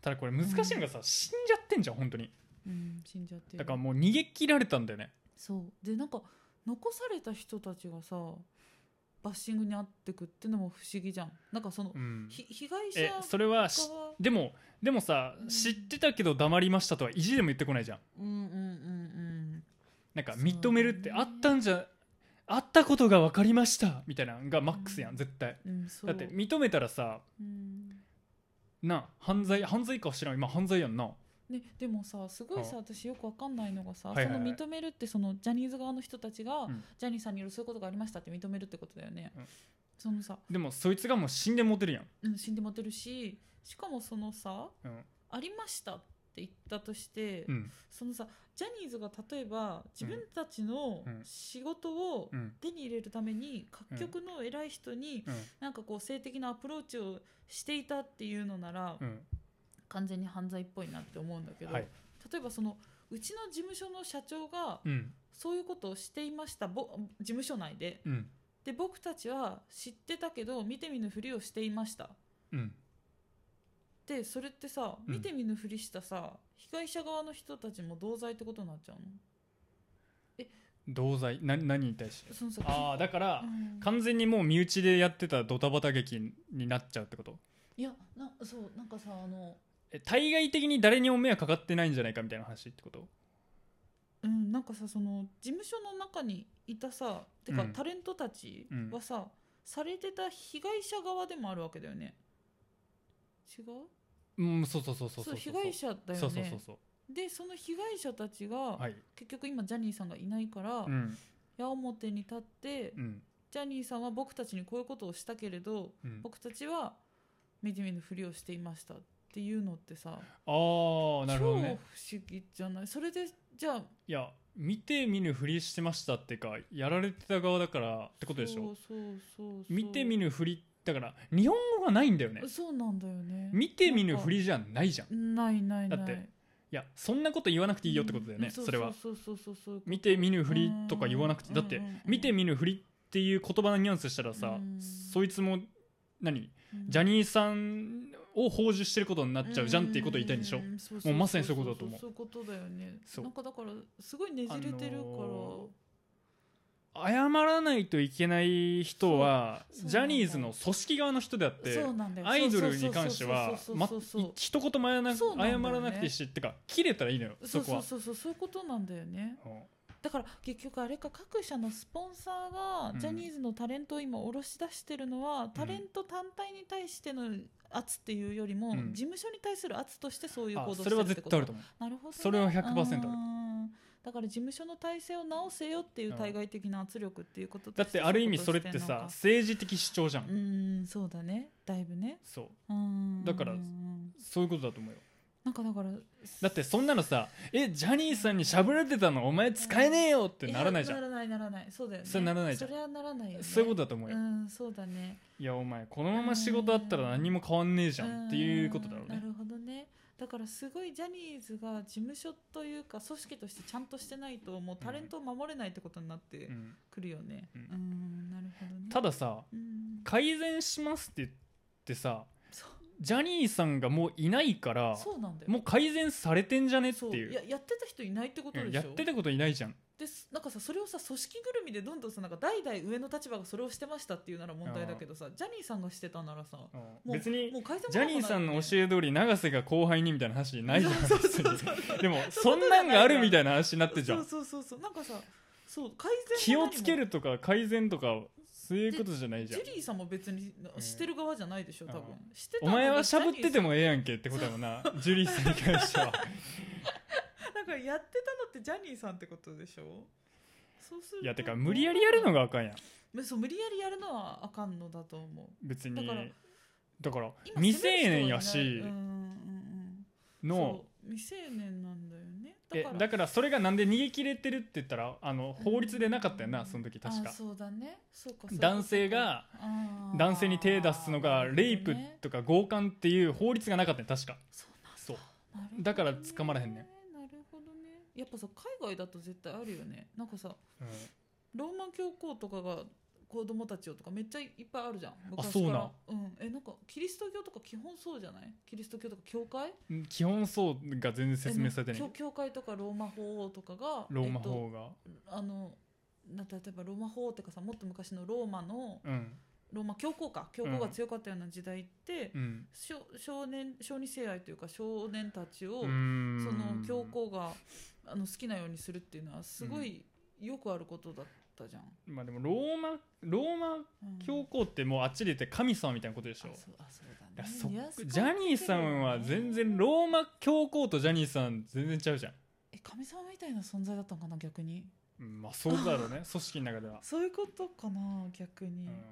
A: ただこれ難しいのがさ、死んじゃってんじゃん本当に
B: うん、死んじゃってる
A: だからもう逃げ切られたんだよね
B: そうでなんか残された人たちがさバッシングに遭ってくってのも不思議じゃんなんかその、
A: うん
B: ひ被害者
A: えそれはし
B: 側
A: でもでもさ、
B: うん
A: 知ってたけど黙りましたとは意地でも言ってこないじゃん
B: うんうんうん
A: なんか
B: そうだね
A: 認めるってあったんじゃ、あったことが分かりましたみたいなのがマックスやん絶対
B: うんうんそう
A: だって認めたらさ
B: うん
A: な犯罪犯罪かは知らん今犯罪やんな
B: ね、でもさすごい
A: う
B: さ私よくわかんないのがさ、
A: はいはいはい
B: その認めるってそのジャニーズ側の人たちが、
A: うん
B: ジャニーさんによるそういうことがありましたって認めるってことだよね、
A: うん
B: そのさ、
A: でもそいつがもう死んでモテるやん、
B: うん、死んでもてるししかもそのさ
A: うん
B: ありましたって言ったとして、
A: うん
B: そのさジャニーズが例えば自分たちの
A: うん
B: 仕事を
A: うん
B: 手に入れるために各局の偉い人に
A: うん
B: なんかこう性的なアプローチをしていたっていうのなら
A: うん
B: 完全に犯罪っぽいなって思うんだけど、
A: はい
B: 例えばそのうちの事務所の社長が
A: うん
B: そういうことをしていましたぼ事務所内で
A: うん
B: で僕たちは知ってたけど見て見ぬふりをしていました
A: うん
B: でそれってさ
A: うん
B: 見て見ぬふりしたさ、被害者側の人たちも同罪ってことになっちゃうの
A: 同罪な何に対して
B: そのさ
A: ああだから、
B: うん
A: 完全にもう身内でやってたドタバタ劇になっちゃうってこと
B: いやなそうなんかさあの
A: え対外的に誰にも迷惑かかってないんじゃないかみたいな話ってこと
B: うんなんかさその事務所の中にいたさてか、
A: うん
B: タレントたちはさ、されてた被害者側でもあるわけだよね違う
A: うんそうそうそうそう
B: そう被害者だよね
A: そうそうそうそ
B: でその被害者たちが、
A: うはい
B: 結局今ジャニーさんがいないから、
A: うん
B: 矢面に立って、
A: うん
B: ジャニーさんは僕たちにこういうことをしたけれど
A: うん
B: 僕たちは目じめのふりをしていましたっていうのってさ、
A: ああなる
B: 超不
A: ほど
B: 思
A: ね
B: 議じゃないそれでじゃあ
A: いや見て見ぬふりしてましたっていうかやられてた側だからってことでしょ
B: そうそうそうそう
A: 見て見ぬふりだから日本語がないんだよね
B: そうなんだよね
A: 見て見ぬふりじゃないじゃんい
B: ないないない
A: だってやそんなこと言わなくていいよってことだよね、
B: うんう
A: それは
B: そうそうそうそう
A: 見て見ぬふりとか言わなくてだって見て見ぬふりっていう言葉のニュアンスしたらさ
B: うん
A: そいつも何ジャ
B: ー
A: ニーさんを放受してることになっちゃうじゃんっていうことを言いたいんでしょ
B: ょ
A: もうまさにそういうことだと思う
B: そういうことだよね
A: そう
B: なんかだからすごいねじれてるから
A: あの謝らないといけない人は
B: そうそう
A: ジャニーズの組織側の人であって
B: そうなんだよ
A: アイドルに関しては
B: そう
A: ま
B: そうそうそう
A: 一言も謝らなく
B: そうなんだ
A: 謝
B: よね
A: らなくていいしってか切れたらいいのよそう
B: そ
A: こ
B: そう
A: は。
B: そうそうそういうことなんだよね
A: うん
B: だから結局あれか各社のスポンサ
A: う
B: ー
A: ん
B: がジャニーズのタレントを今下ろし出してるのは、タレント単体に対しての圧っていうよりも、
A: うん
B: 事務所に対する圧としてそういう行
A: あ
B: 動をして
A: それ
B: る
A: は
B: って
A: 絶
B: こと
A: 対あると思う
B: なるほど、ね、
A: それは100%ある
B: あーだから事務所の体制を直せよっていう対外的な圧力っていうことと
A: だ
B: し
A: ってある意味それって
B: そういう
A: さ
B: ことして
A: 政治的主張じゃん、
B: んのかうーんそうだねだいぶね
A: そう
B: うーん
A: だから
B: うん
A: そういうことだと思うよ
B: なんかだから
A: だってそんなのさ「えジャニーさんにしゃぶられてたのお前使えねえよ」ってならないじゃ
B: い
A: ん
B: やならないならないそうだよね
A: それならないじゃん
B: それはならないよ、ね、
A: そういうことだと思う
B: う
A: よ
B: んそうだね
A: いやお前このまま仕事あったら何も変わんねえじゃんっていうことだろう
B: な
A: ね
B: るほどねだからすごいジャニーズが事務所というか組織としてちゃんとしてないともうタレントを守れないってことになって
A: うん
B: くるよね
A: う
B: うんん、なるほどね
A: たださ
B: うん
A: 改善しますって言ってさ
B: そ
A: ジャニーさんがもういないから
B: うそうなんだよ
A: もう改善されてんじゃねって
B: そう
A: いう
B: ややってた人いないってこと
A: う
B: で
A: ん
B: しょ
A: やってたこといないじゃん
B: ですなんかさそれをさ組織ぐるみでどんどんさなんか代々上の立場がそれをしてましたっていうなら問題だけどさジャニーさんがしてたならさも
A: うん
B: う
A: 別に
B: もう改善も
A: ジャニーさんの教
B: え
A: え通り永瀬が後輩にみたいな話ないじゃん
B: そうそうそう
A: 別
B: そう
A: に でもそんなんがあるみたいな話になってるじゃん
B: そうそうそうそうなんかさそう改
A: 気
B: 善も
A: を
B: 何も
A: つけるとか改善とかそういうことじゃないじ
B: ジ
A: ゃん
B: ュリーさんも別に
A: うん
B: してる側じゃないでしょ多分
A: う
B: してた
A: お
B: のが
A: 前はしゃぶっ
B: ジ
A: て
B: ャニー
A: てもええやんけってことやもんなジュリーさんに関 しては
B: さんなんかやってたのってジャニーさんってことでしょそうすると
A: いやてか無理やりやるのがあかんやん
B: まそう無理やりやるのはあかんのだと思う
A: 別に
B: だから
A: だから
B: 今
A: 未成年や
B: 攻め
A: し
B: る人はいないうんうんうん
A: の
B: そう未成年なんだよねだ
A: え
B: から
A: だからそれがなんで逃げ切れてるって言ったらあの法律でなかったよなその時確
B: あ
A: か
B: そうだねそうかそうか
A: 男性が
B: あー
A: 男性に手出すのがレイプ
B: なるほどね
A: とか強姦っていう法律がなかったよ確か
B: そうなんだ
A: そう
B: なるほどね
A: だから捕まらへんね
B: なるほどねやっぱさ海外だと絶対あるよねなんかさ
A: うん
B: ローマ教皇とかが子供たちをとかめっちゃいっぱいあるじゃん昔
A: そうなん
B: ううんえなんかキリスト教とか基本そうじゃないキリスト教とか教会
A: 基本そうが全然説明されて
B: え
A: な
B: 教
A: い
B: 教会とかローマ法王とかが
A: ローマ
B: えっ
A: 法が、
B: とあのな例えばローマ法王ってかさもっと昔のローマの
A: うん
B: ローマ教皇か教皇が強かったような時代って、
A: うん
B: 少少年小児性愛というか少年たちを、
A: うーん
B: その教皇があの好きなようにするっていうのはすごいよくあることだったじゃん。
A: まあでもローマローマ
B: うん
A: 教皇ってもうあっちで言って神様みたいなことでしょ
B: あそうあそうだね
A: いやそ
B: いやそう
A: ジャニーさんは全然ローマ教皇とジャニーさん全然ちゃうじゃん
B: え神様みたいな存在だったのかな逆に
A: うんまあそうだ ろうね組織の中では、
B: そういうことかな逆
A: う
B: に、
A: ん、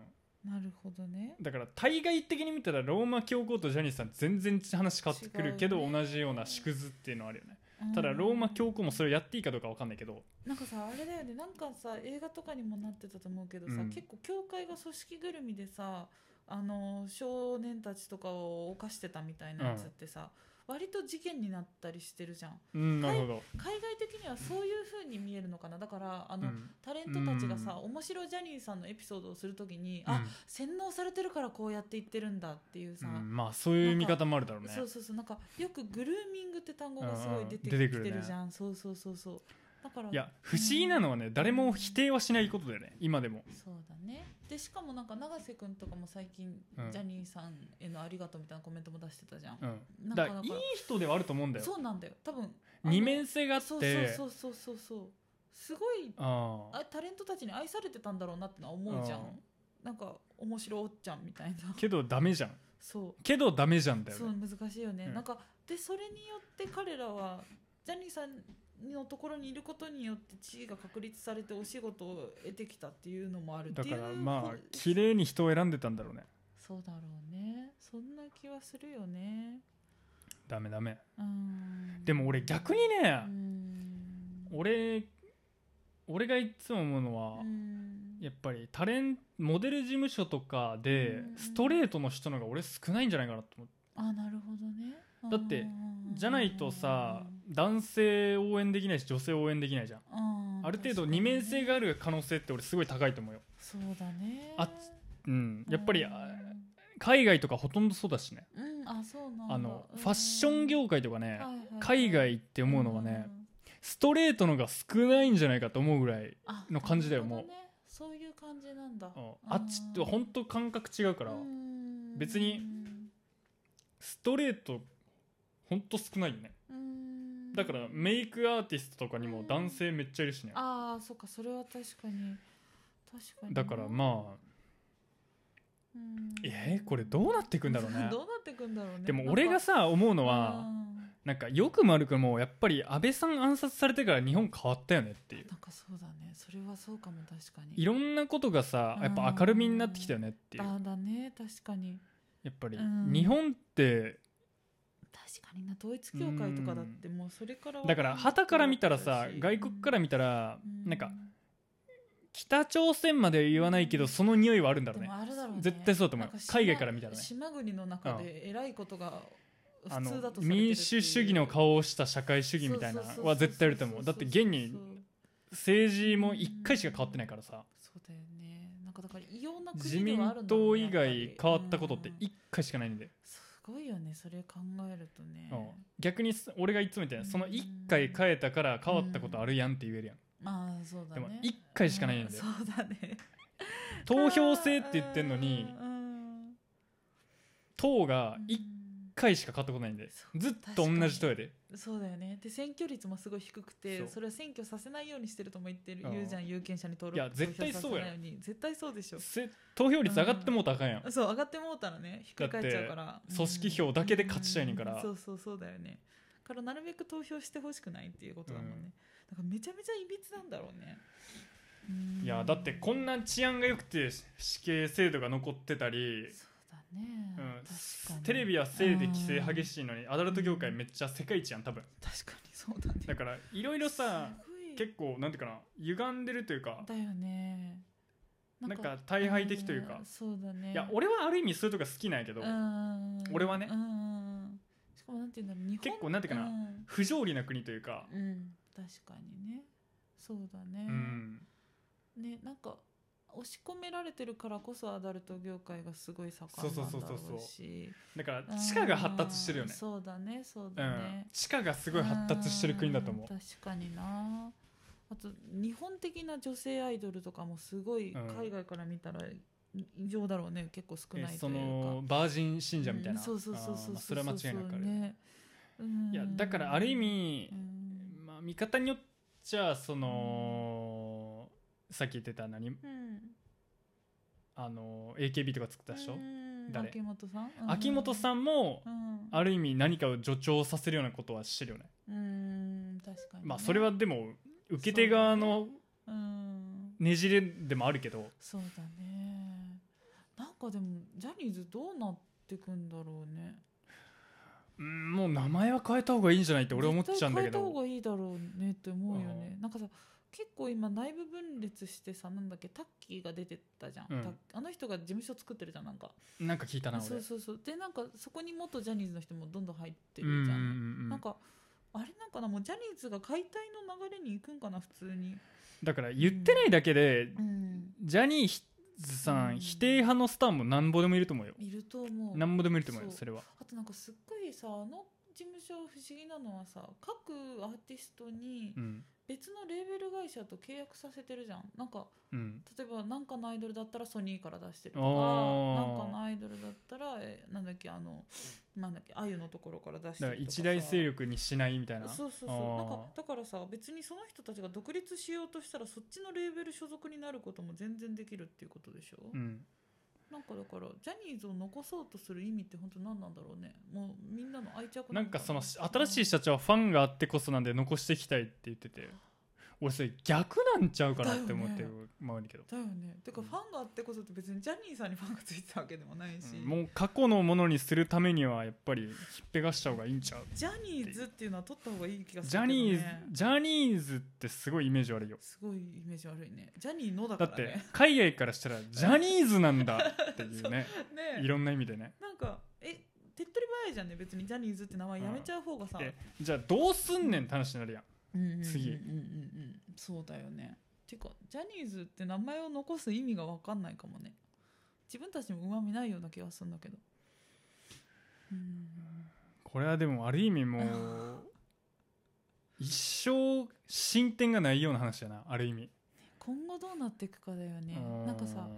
B: なるほどね
A: だから対外的に見たらローマ教皇とジャニーさん全然話変わってくるけど、
B: 違うね
A: 同じような縮図っていうのはあるよね
B: うん
A: ただローマ教皇もそれをやっていいかどうかわかんないけど
B: なんかさあれだよねなんかさ映画とかにもなってたと思うけどさ、
A: うん
B: 結構教会が組織ぐるみでさあの少年たちとかを犯してたみたいなやつってさ、割と事件になったりしてるじゃん
A: うんなるほど、
B: 海外的にはそういう風に見えるのかなだからあ
A: う
B: の、
A: ん
B: タレントたちがさ面白いジャニーさんのエピソードをするときに、あ洗脳されてるからこうやって言ってるんだっていうさ、
A: うんうんまあそういう見方もあるだろうね
B: そうそうそうなんかよくグルーミングって単語がすごい出て
A: うんうん出てく
B: き
A: るね
B: てるじゃん、そうそうそうそうだから
A: いや不思議なのはね誰も否定はしないことだよね今でも
B: そうだねでしかもなんか永瀬君とかも最近、
A: うん
B: ジャニーさんへのありがとうみたいなコメントも出してたじゃん、
A: うん
B: なん
A: だ
B: か
A: から
B: だ
A: いい
B: から
A: 人ではあると思うんだよ
B: そうなんだよ多分あの
A: 二面性があって
B: そうそうそうそうそうそうすごい
A: ああ
B: あタレントたちに愛されてたんだろうなってのは思うじゃん、
A: うん
B: なんか面白おっちゃんみたいな
A: けどダメじゃん
B: そう
A: けどダメじゃんだよ
B: そう
A: ね
B: 難しいよね、
A: うん
B: なんかでそれによって彼らはジャニーさんのところにいることによって地位が確立されてお仕事を得てきたっていうのもあるって
A: だ
B: いう
A: からまあ
B: こ
A: 綺麗に人を選んでたんだろうね
B: そうだろうねそんな気はするよね
A: ダメダメ
B: うん
A: でも俺逆にね
B: うん
A: 俺俺がいつも思うのは
B: うん
A: やっぱりタレンモデル事務所とかで
B: うん
A: ストレートの人の方が俺少ないんじゃないかなと思って
B: あなるほどね
A: だって
B: うん
A: じゃないとさ男性応援できないし女性応援できないじゃん
B: うん
A: ある程度
B: 確かに
A: 二
B: ね
A: 面性がある可能性って俺すごい高いと思うよ
B: そうだね
A: あうんやっぱり
B: う
A: あ
B: ん
A: 海外とかほとんどそうだしね
B: うんあそうなんだ
A: あの
B: うん
A: ファッション業界とかね
B: はいはいはい
A: 海外って思うのはねストレートのが少ないんじゃないかと思うぐらい
B: うんあ
A: の感じだよもう
B: なるほどねそういう感じなんだ
A: うんあっちって本当感覚違うから別にストレートほんと少ないよねだからメイクアーティストとかにも男性めっちゃいるしね
B: ああそっかそれは確かに確かに
A: だからまあ
B: うん
A: えーこれどうなっていくんだろうね
B: どうなってくんだろうね
A: でも俺がさ思うの
B: う
A: は
B: ん
A: なんかよくも悪くもやっぱり安倍さん暗殺されてから日本変わったよねっていう
B: なんかそうだねそれはそうかも確かに
A: いろんなことがさやっぱ明るみになってきたよねっていう
B: だだね確かに
A: やっぱり
B: うん
A: 日本って
B: 確かにな統一教会とかだってもうそれからは
A: だから旗から見たらさ
B: うん
A: 外国から見たら
B: うん
A: なんか北朝鮮までは言わないけどその匂いはあるんだろうね
B: でもあるだろうね
A: 絶対そうだと思う
B: なんか島
A: 海外から見たらね
B: 島国の中でえらいことが
A: あ
B: 普
A: の
B: 通だとされてるっていう
A: 民主主義の顔をした社会主義みたいな
B: そうそうそうそう
A: は絶対あると思うだって現に
B: そう
A: 政治も1回しか変わってないからさ
B: そうだよねなんかだから異様な
A: 自
B: 国で
A: 民
B: はあるんだろ
A: 党
B: うね
A: 以外変わったことって
B: うん
A: 1回しかないんで、
B: すごいよねそれ考えるとね
A: うん逆にす俺がいつも言ってたよその1回変えたから変わったことあるやんって言えるやん、
B: まあそうだ
A: でも
B: ね
A: 1回しかないん
B: う
A: だよ
B: そうだね
A: 投票制って言ってんのに
B: うん
A: 党が
B: うん
A: 1回しか変わったことないんで
B: そう
A: ずっと同じ党やで
B: そうだよねで選挙率もすごい低く
A: そ
B: て
A: う
B: それは選挙させないようにしてるとも言ってる
A: うん
B: 言うじゃん有権者に登録
A: いや絶対そうやろ
B: 投票させないように絶対そうでしょ
A: せ投票率上がってもうたらあかんやん、
B: そう上がってもうたらねひっくり返っちゃうから
A: て組織票だけで勝ちたいねんから
B: うそうそうそうだよねからなるべく投票してほしくないっていうことだもんね、
A: うん
B: だからめちゃめちゃいびつなんだろうねうん
A: いやだってこんな治安が良くて死刑制度が残ってたり、
B: そうだね、
A: うん
B: 確かに
A: テレビは性で規制激
B: い
A: しいのにアダルト業界めっちゃ世界一やん多分
B: 確かにそうだね
A: だからいろいろさ
B: すごい
A: 結構なんていうかな歪んでるというか
B: だよね
A: なんか大敗的というか
B: んそうだね
A: いや俺はある意味そういうとこ好きなんやけど
B: うん
A: 俺はね
B: うんしかもなんていうんだろう日本
A: 結構なんていうかな
B: うん
A: 不条理な国というか
B: うん確かにねそうだね、
A: うん
B: ねなんか押し込められてるからこそアダルト業界がすごい盛ん
A: そう
B: なん
A: そう
B: だ
A: そうそ
B: ろ
A: う
B: うし
A: だから地下が発達してるよ
B: うん
A: ね
B: そうだねそう
A: う
B: だ
A: ん
B: ね、
A: 地下がすごい発達してる国だと思
B: ん確かになあと日本的な女性アイドルとかもすごい
A: うん
B: 海外から見たら異常だろうね結構少
A: う
B: ない
A: えそ
B: というか
A: のバージン信者みたいな
B: うんそうそうそうそう
A: あーそれは間違いなくある
B: ねうん
A: いやだからある意味
B: うん
A: まあ見方によっちゃそのさっき言ってた何
B: うん
A: あの AKB とか作ったでしょ
B: うん
A: 誰
B: 秋元さん
A: 秋元
B: ん
A: さんも
B: うん
A: ある意味何かを助長させるようなことはしてるよね
B: うん確かにね
A: まあそれはでも受け手側の
B: うん
A: ねじれでもあるけど
B: そうだねなんかでもジャニーズどうなってくんだろうね
A: うんもう名前は変えた方がいいんじゃないって俺は思っちゃうんだけ
B: 絶対変えた方
A: ど
B: がいいだろうねって思うよね、なんかさ結構今内部分裂してさなんだっけタッキーが出てったじゃん、
A: うん
B: タッあの人が事務所作ってるじゃんなんか
A: なんか聞いたな俺
B: そうそうそうでなんかそこに元ジャニーズの人もどんどん入って
A: うんうん
B: るじゃん,、
A: うんう
B: なんんかあれなんかなもうジャニーズが解体の流れに行くんかな普通に、
A: だから言ってないだけで
B: うん、
A: ジャニーズさ
B: うん
A: ん否定派のスターもなんぼでもいると思うよ
B: いると思う
A: なんぼでもいると思うよ
B: そう
A: それは
B: あとなんかすっごいさあの事務所不思議なのはさ各アーティストに
A: うん
B: 別のレーベル会社と契約させてるじゃんなんか
A: うん
B: 例えばなんかのアイドルだったらソニーから出してるとか
A: あー
B: なんかのアイドルだったらえなんだっけあのなんだっけあゆのところから出して
A: だ
B: る
A: から
B: とかさ
A: 一大勢力にしないみたいな
B: そうそう
A: あ
B: そう
A: ー
B: なんかだからさ別にその人たちが独立しようとしたらそっちのレーベル所属になることも全然できるっていうことでしょ、
A: うん
B: なんかだからジャニーズを残そうとする意味って本当何なんだろうねもうみんなの愛着
A: なんかその新しい
B: 人
A: 社長はファンがあってこそなんで残していきたいって言ってて俺それ逆なんちゃうかなって思って
B: だよ
A: まうねんけど、
B: だよねてかファンがあってこそって別にジャニーさんにファンがついてたわけでもないし、
A: うんもう過去のものにするためにはやっぱりひっぺがした方がいいんちゃう
B: ジャニーズっていうのは取った方がいい気がする
A: ジャニーズ
B: ズ
A: ジャニーズってすごいイメージ悪いよ
B: すごいイメージ悪いねジャニーのだか
A: だ
B: ら
A: っ
B: ね
A: て海外からしたらジャニーズなんだってい うね
B: ね
A: いろんな意味でね
B: なんかえ手っ取り早いじゃんね別にジャニーズって名前やめちゃう方がさ、
A: えじゃあどうすんねんって話になるやん
B: うんうんうんうんうんうん
A: 次
B: そうだよねてかジャニーズって名前を残す意味が分かんないかもね自分たちにもうまみないような気がするんだけどうん
A: これはでもある意味もう一生進展がないような話やなある意味
B: 今後どうなっていくかだよね
A: う
B: なんかさ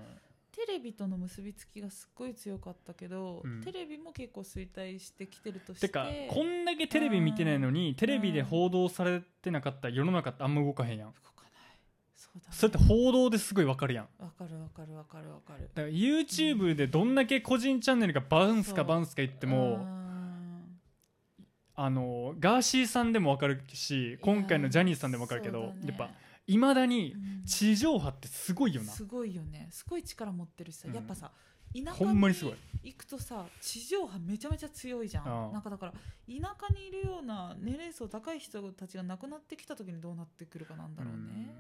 B: テレビとの結びつきがすっごい強かったけど、
A: うん
B: テレビも結構衰退してきてるとしてて
A: かこんだけテレビ見てないのにテレビで報道されてなかったら世の中ってあんま動かへんやん
B: 動かないそうだね
A: それって報道ですごいわかるやん
B: わかるわかるわかるわかる
A: だから YouTube でどんだけ個人チャンネルがバンス
B: そ
A: か
B: う
A: バンスか言っても
B: うん
A: あのガーシーさんでもわかるし今回のジャニーさんでもわかるけ
B: いや
A: ど
B: ー
A: やっぱ
B: そう
A: いまだに
B: だねうん
A: 地上波ってすごいよな
B: すごいよねすごい力持ってるしさ、
A: うん
B: やっぱさ田舎
A: ほんまにすごい
B: に行くとさ地上波めちゃめちゃ強いじゃん、
A: うん
B: なんかだから田舎にいるような年齢層高い人たちが亡くなってきた時にどうなってくるかなんだろうね、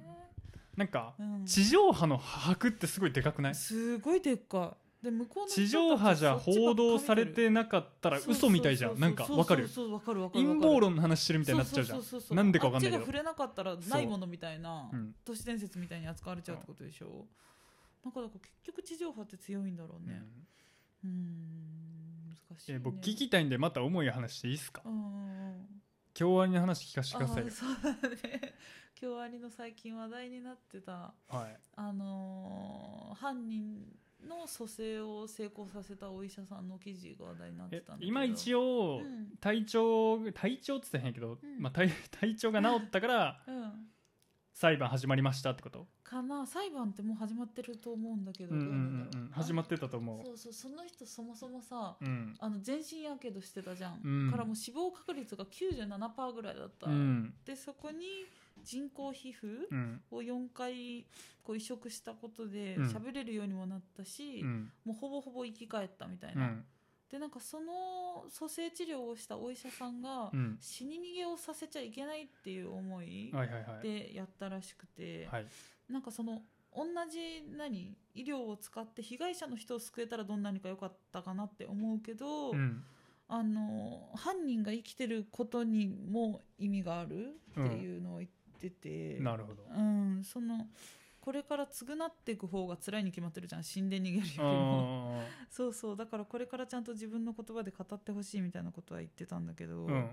A: なんか
B: うん
A: 地上波の波幅ってすごいでかくない
B: すごいでっかいで向こうの人た
A: 地
B: ち
A: 上波じゃ報道されてなかったら嘘みたいじゃんなんかわかる
B: そうそうそうわかるわかる
A: 陰謀論の話してるみたいになっちゃうじゃん
B: そそそそ
A: なんでかわかんないけ
B: あっ
A: ど
B: ちが触れなかったらないものみたいな、
A: うん
B: 都市伝説みたいに扱われちゃうってことでしょ、なんかだから結局地上波って強いんだろうね、うーん難しい、
A: え
B: ね。
A: ー僕聞きたいんでまた重い話していいですか
B: うんうんうん。
A: 京アニの話聞かせて
B: あ
A: ください
B: ー
A: よ
B: そうだね。 京アニの最近話題になってた
A: はい
B: あのー犯人の蘇生を成功させたお医者さんの記事が話題になって
A: え
B: たんだけど。
A: 今一
B: 応
A: 応
B: うん。
A: 体調体調って言ったら変やけど
B: うん
A: まあ体体調が治ったから
B: うん
A: 裁判始まりましたってこと
B: かな裁判ってもう始まってると思うんだけど。
A: うんうん
B: どなんだ
A: うん
B: ろ
A: う
B: うん
A: 始まってたと思
B: そうそうその人そもそもさ。
A: ううん
B: あの全身やけどしてたじゃん、
A: うん
B: からもう死亡確率が97%ぐらいだった、
A: うん
B: でそこに人工皮膚、
A: うん
B: を4回こう移植したことで
A: うん
B: 喋れるようにもなったし、
A: うん
B: もうほぼほぼ生き返ったみたいうな、
A: ん
B: でなんかその蘇生治療をしたお医者さんが
A: うん
B: 死に逃げをさせちゃいけないっていう思い
A: はいはいはい
B: でやったらしくて、
A: はい
B: なんかその同じ何医療を使って被害者の人を救えたらどんなにか良かったかなって思うけど、
A: うん
B: あの犯人が生きてることにも意味があるっていうのを言ってて。
A: なるほど
B: うん、そのこれから償っていく方が辛いに決まってるじゃん死んで逃げるより
A: あ
B: も
A: ー
B: そうそうだからこれからちゃんと自分の言葉で語ってほしいみたいなことは言ってたんだけど、
A: うん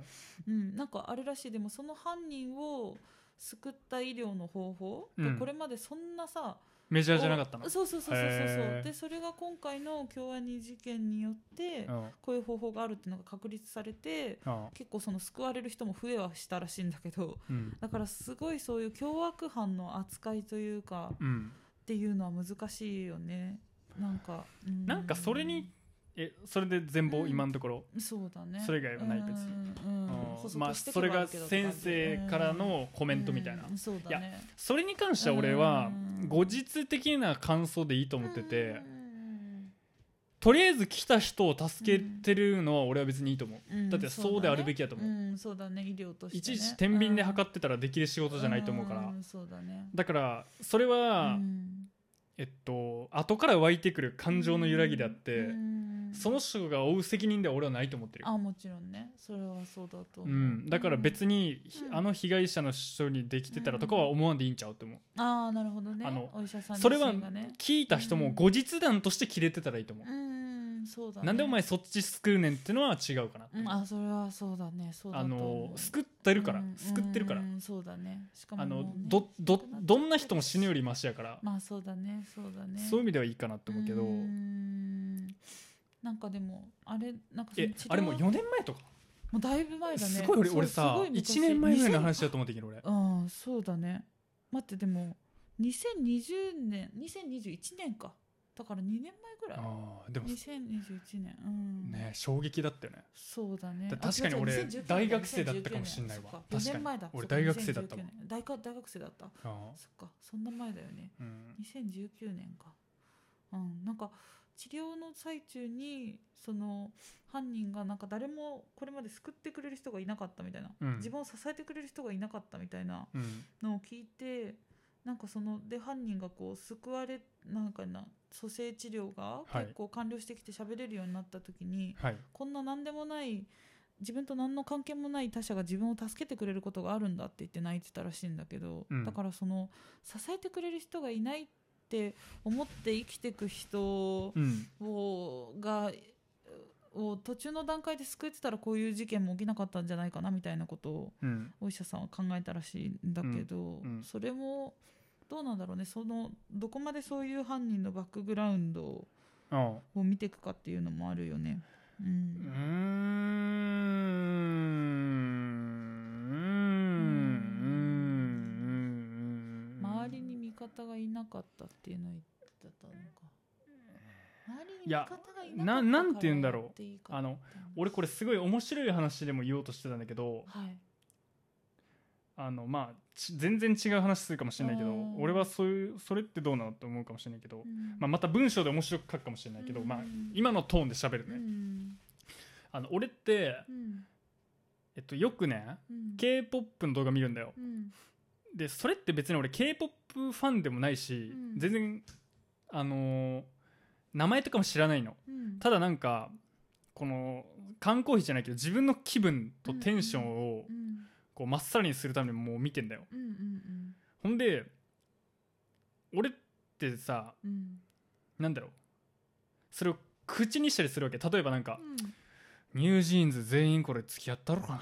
B: うんなんかあれらしいでもその犯人を救った医療の方法、
A: うん
B: これまでそんなさ
A: メジャーじゃなかったの
B: おそうそうそうそうそうそ
A: へ
B: う
A: ー
B: でそれが今回の京アニ事件によって
A: うんあ
B: こういう方法があるっていうのが確立されて
A: ー
B: 結構その救われる人も増えはしたらしいんだけど
A: うん
B: だからすごいそういう凶悪犯の扱いというか
A: うん
B: っていうのは難しいよねなんか、う
A: なんかそれにえそれで全
B: う
A: 貌
B: ん
A: 今のところ
B: そうだね
A: それ以外はない別に
B: うんうん
A: うん
B: 補足
A: まあ
B: して
A: それが
B: けばあるけど
A: 先生からのコ
B: コ
A: メントみたいな
B: そうだね
A: それに関しては俺は
B: うん
A: 後日的な感想でいいと思って
B: うん
A: て
B: うん
A: とりあえず来た人を助けてるのは俺は別にいいと思う
B: うん
A: だってそうであるべきだと思う
B: うんそうだね医療として、ね、
A: いちいち天秤で
B: る
A: 測ってたらできる仕事じゃないと思うから
B: そうだね
A: だからそれは
B: うん
A: えっと後から湧いてくる感情の揺らぎであって
B: うん
A: その人が負う責任では俺はないと思ってる
B: あもちろんねそれはそうだ
A: う
B: と思う、
A: ん、だから別に、
B: うん
A: あの被害者の人にできてたらとかは思わんでいいんちゃうと思う、
B: ああなるほどね
A: あの
B: お医者さん
A: それは
B: 自身がね
A: 聞いた人も後日談として切れてたらいいと思う、
B: うんそうだ、ね、
A: なんでお前そっち救うねんってのは違うかな、
B: うん、あそれはそうだねそうだ
A: あ
B: と思う
A: の救ってるから、
B: うん
A: 救ってるから、
B: うんそうだねしかも
A: あの
B: もうね
A: どどどんな人も死ぬよりマシやから、
B: まあそうだねそうだね
A: そういう意味ではいいかなと思うけど、
B: んなんかでもあれなんかその
A: え
B: 治療
A: あれもう4年前とか、
B: もうだいぶ前だね
A: すごい俺
B: そう
A: 俺さ
B: すごい昔
A: 1年前ぐらいの話だと思ってんけど俺
B: 2000ああそうだね待ってでも2020年2021年かだから2年前ぐらい
A: あーでも
B: 2021年うん
A: ね衝撃だったよね
B: そうだね
A: だ。
B: あ
A: 確かに
B: 違う違う
A: 俺
B: 2019年
A: 大学生だったかもしんないわ
B: そっ
A: 確かに
B: 四年前だ
A: 俺
B: そっか
A: 大学生だったわ
B: 2019年大か大学生だった。
A: あ
B: そっか、そんな前だよね。
A: ーうん
B: 2019年か。うん、なんか治療の最中にその犯人がなんか誰もこれまで救ってくれる人がいなかったみたいな、
A: うん
B: 自分を支えてくれる人がいなかったみたいな
A: うん
B: のを聞いてなんかそので犯人がこう救われなんかな蘇生治療が
A: はい
B: 結構完了してきて喋れるようになった時に、
A: はい
B: こんな何でもない自分と何の関係もない他者が自分を助けてくれることがあるんだって言って泣いてたらしいんだけど、
A: うん
B: だからその支えてくれる人がいないって思って生きていく人
A: うん
B: をがを途中の段階で救えてたらこういう事件も起きなかったんじゃないかなみたいなことを
A: うん
B: お医者さんは考えたらしいんだけど、
A: うんうん
B: それもどうなんだろうねそのどこまでそういう犯人のバックグラウンド
A: うん
B: を見ていくかっていうのもあるよね。う
A: うー
B: ん、
A: ん
B: 周りに味方がいなかったっていうのを言ってたのか。周りに味
A: いや
B: 方がいなかったから
A: ななんて言うんだろう
B: やっていいか
A: あ
B: な
A: の俺これすごい面白い話でも言おうとしてたんだけど
B: はい。
A: あのまあち全然違う話するかもしれないけど
B: うん
A: 俺はそういうそれってどうなのって思うかもしれないけど、まあ、
B: あ、
A: また文章で面白く書くかもしれないけど、
B: うん
A: まあ、今のトーンで喋る
B: う
A: ね、
B: ん
A: あの俺って、
B: うん
A: えっと、よくね
B: うん
A: k p o p の動画見るんだよ
B: うん
A: でそれって別に俺 k p o p ファンでもないし、
B: うん
A: 全然あのー名前とかも知らないの
B: うん
A: ただなんかこの缶コーヒーじゃないけど自分の気分とテンションを
B: うん
A: こうまっさらにするためにもう見てんだよ
B: うんうん
A: ほんで俺ってさ
B: うんうん
A: なんだろうそれを口にしたりするわけ例えばなんか
B: うん
A: 「ニュージーンズ全員これ付き合ったろかな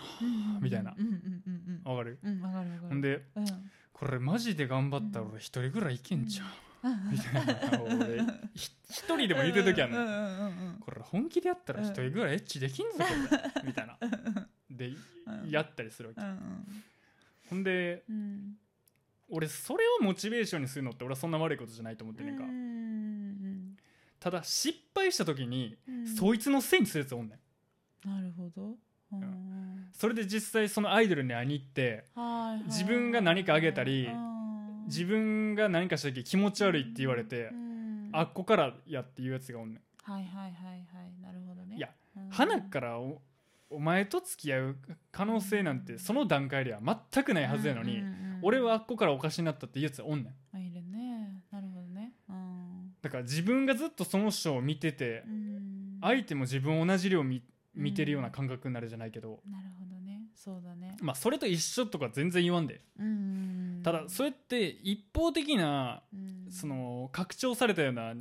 B: うん
A: みたいな
B: うんうんうん
A: わかる
B: うんうんわかるわかる
A: ほんで
B: うん
A: これマジで頑張ったら
B: うん
A: 俺一人ぐらいいけんじゃん、
B: うん
A: みたいな俺ひ一人でも言ってる時は
B: うんう
A: ね
B: んうんうん
A: これ本気でやったら一人ぐらいエッチできんぞこ れみたいなで
B: ん
A: やったりするわけ
B: うん
A: ほんで
B: うんうん
A: 俺それをモチベーションにするのって俺はそんな悪いことじゃないと思ってるねんか
B: うん
A: ただ失敗した時に
B: うん
A: そいつのせいにするやつおんねん
B: なるほどうん
A: それで実際そのアイドルに会いに行って
B: はいはい
A: 自分が何かあげたり
B: うん
A: 自分が何かした時気持ち悪いって言われて
B: うん
A: あっこからやって言うやつがおんねん
B: はいはいはいはいなるほどね
A: いや
B: うん
A: 花からおお前と付き合う可能性なんてその段階では全くないはずやのに、
B: うんうんうん
A: 俺はあっこからおかしになったっていうやつおんねん
B: あいるねなるほどねうん
A: だから自分がずっとその人を見てて、
B: うん
A: 相手も自分を同じ量見見てるような感覚になるじゃないけど、
B: なるほどねそうだね
A: まあそれと一緒とか全然言わんで
B: うん
A: ただそれって一方的な
B: うん
A: その拡張されたような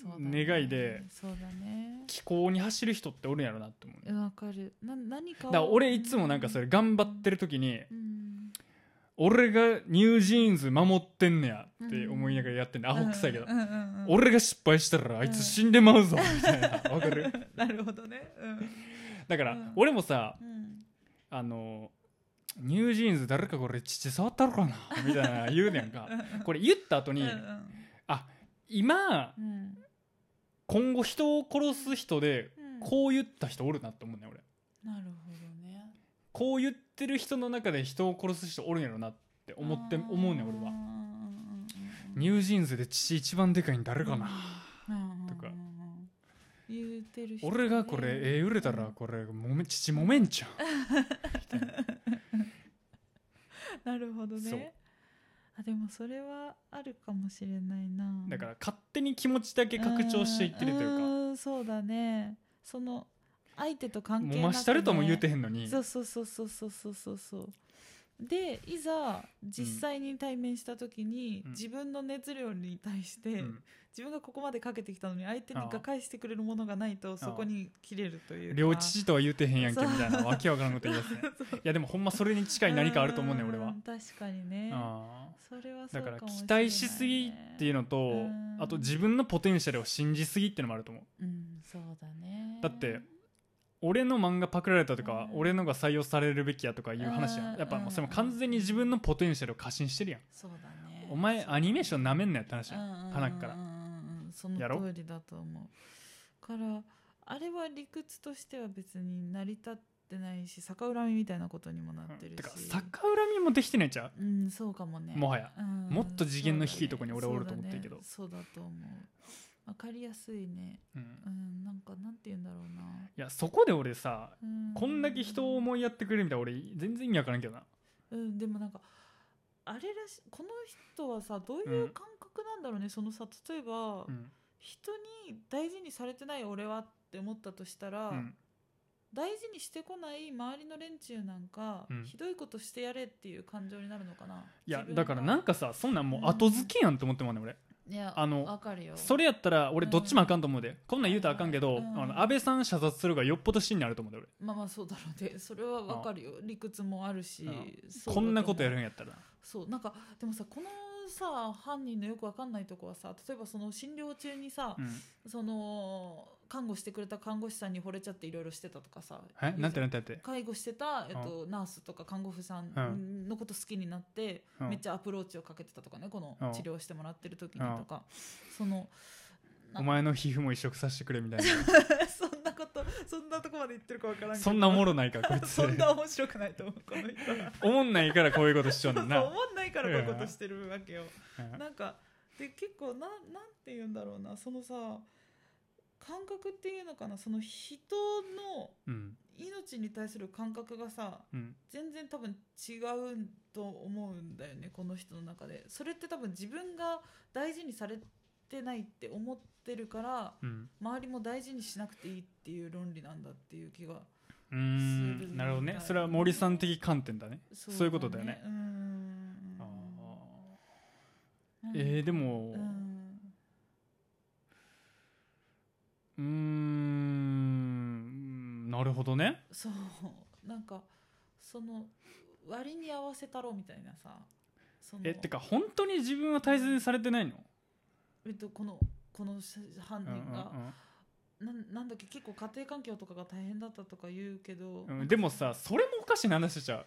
B: そうだね
A: 願いで
B: そうだね
A: 気候に走る人っておるんやろなって思うね、
B: わかるな何かを
A: だから俺いつもなんかそれ頑張ってる時に、
B: うん
A: 俺がニュージーンズ守ってんねやって思いながらやってんね、アホ臭いけど、
B: うんうんうんうん
A: 俺が失敗したらあいつ死んでまうぞみ たいなわかる
B: なるほどねうん
A: だから
B: うん
A: 俺もさ
B: うん
A: あのニュージーンズ誰かこれ父触ったろかなみたいな言うねんかこれ言った後に、
B: うん
A: 今
B: うん
A: 今後人を殺す人で
B: うん
A: こう言った人おるなって思うねん俺
B: なるほどね
A: こう言ってる人の中で人を殺す人おるんやろなって思って思うねん俺はニュージーンズで父一番でかいん誰かな、
B: な
A: とか
B: 言うてる人ね
A: 俺がこれ絵売れたらこれもめ父もめんじゃん
B: なるほど
A: そう
B: ねあでもそれはあるかもしれないな
A: だから勝手に気持ちだけ拡張していってるというか
B: うかそうだねその相手と関係なく、
A: も
B: ね、
A: う増したるとも言うてへんのに
B: そうそうそうそうそうそうそうそうでいざ実際に対面した時に、
A: うん
B: 自分の熱量に対して、
A: うん
B: 自分がここまでかけてきたのに相手
A: あ
B: に
A: あ
B: が返してくれるものがないとそこに切れるというか
A: 両父とは言うてへんやんけ
B: そう
A: みたいなわけわからんこと 言い ますねいやでもほんまそれに近い何かあると思うね
B: うんん
A: 俺は
B: 確かにね
A: あ
B: それは
A: ー
B: そ
A: だ
B: う
A: か
B: からも
A: 期
B: しれないね
A: 待しすぎっていうのと
B: うん
A: あと自分のポテンシャルを信じすぎっていうのもあると思う
B: うんそうだね
A: だって俺の漫画パクられたとか
B: うん
A: 俺のが採用されるべきやとかいう話
B: う
A: や
B: ん
A: んやっぱもうそれも完全に自分のポテンシャルを過信してるやん
B: そうだね
A: お前アニメーションなめんなよって話やん
B: 花
A: 花から
B: その
A: やろ
B: 通りだと思うからあれは理屈としては別に成り立ってないし逆恨みみたいなことにもなって
A: うん
B: る
A: てか
B: し、
A: 逆恨みもできてないちゃう
B: うんそうかもね
A: もはや
B: うん
A: もっと次元の低いとこに俺
B: そうだ
A: おると思ってるけど
B: そうだ,、ね、そうだと思うわかりやすいね
A: うん
B: うんなんかなんて言うんだろうない
A: やそこで俺さ
B: うん
A: こんだけ人を思いやってくれるみたいな俺全然意味わからんけどな
B: うんでもなんかあれらしこの人はさどういう感覚なんだろうね、そのさ例えば、
A: うん
B: 人に大事にされてない俺はって思ったとしたら、
A: うん
B: 大事にしてこない周りの連中なんか、
A: うん
B: ひどいことしてやれっていう感情になるのかないい
A: やだからなんかさそんなんもう後付けやんって思ってもんね俺
B: いや
A: あの
B: わかるよ
A: それやったら俺どっちもあかんと思うでこんなん言うたらあかんけど
B: うん
A: あの安倍さん射殺するがよっぽど死になると思うで俺
B: まあまあそうだろうね それはわかるよ理屈もあるし
A: うん
B: そう
A: こ
B: だ
A: んなことや
B: 思う
A: るんやったら
B: そうなんかでもさこのさ犯人のよくわかんないとこはさ例えばその診療中にさ、
A: うん
B: その看護してくれた看護師さんに惚れちゃっていろいろしてたとかさ
A: えなんてなんてなんて
B: 介護してた、えっと、ナースとか看護婦さんのこと好きになって、
A: うん
B: めっちゃアプローチをかけてたとかねこの
A: うん
B: 治療してもらってる時にとか、その
A: お前の皮膚も移植させてくれみたい
B: そんなことそんなとこまで言ってるかわからん
A: な
B: けど
A: そんなおもろないからこいつ
B: そんな面白くないと思うこの人は
A: おもんないからこういうことしちゃうんだ
B: そう
A: な
B: 思んないからこういうことしてるわけよ
A: うん
B: なんかで結構ななんて言うんだろうなそのさ感覚っていうのかなその人の
A: うん
B: 命に対する感覚がさ
A: うん
B: 全然多分違うと思うんだよねこの人の中でそれって多分自分が大事にされてないって思ってるから
A: うん
B: 周りも大事にしなくていいっていう論理なんだっていう気が
A: うーんなるほどねそれは森さん的観点だね
B: そ
A: そういうことだよね
B: うーん
A: あ
B: なん
A: ー
B: か
A: えーでも
B: うん
A: うーんなるほどね
B: そうなんかその割に合わせたろうみたいなさその
A: えってか本当に自分は大切にされてないの
B: えっとこのこの犯
A: うんうん
B: 人が、なんなんだっけ結構家庭環境とかが大変だったとか言うけど、
A: うん
B: な
A: うんん
B: か
A: でもさそれもおかしな話しちゃう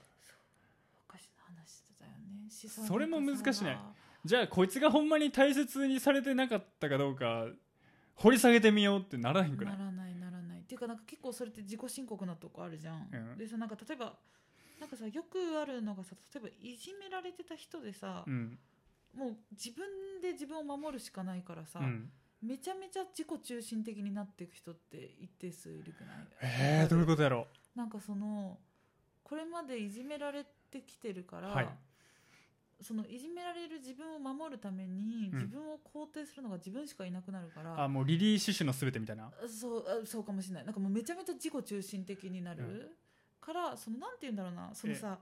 B: おかしな話だよね資産
A: それも難しいね
B: とか
A: じゃあこいつがほんまに大切にされてなかったかどうか掘り下げてみようってならへん
B: さ
A: くら
B: ないらないならないっていうかなんか結構それって自己申告なとこあるじゃん、
A: うん
B: でさなんか例えばなんかさよくあるのがさ例えばいじめられてた人でさ
A: う、ん
B: もう自分で自分を守るしかないからさ、
A: うん
B: めちゃめちゃ自己中心的になっていく人って一定数いるくない
A: えー、どういうことやろ
B: なんかそのこれまでいじめられてきてるから、
A: はい
B: そのいじめられる自分を守るために
A: うん
B: 自分を肯定するのが自分しかいなくなるか
A: あ
B: ら、
A: もうリリー・シュシュのすべてみたいな
B: そうあそうかもしれないなんかもうめちゃめちゃ自己中心的になる、
A: うん
B: からそのなんて言うんだろうなそのさ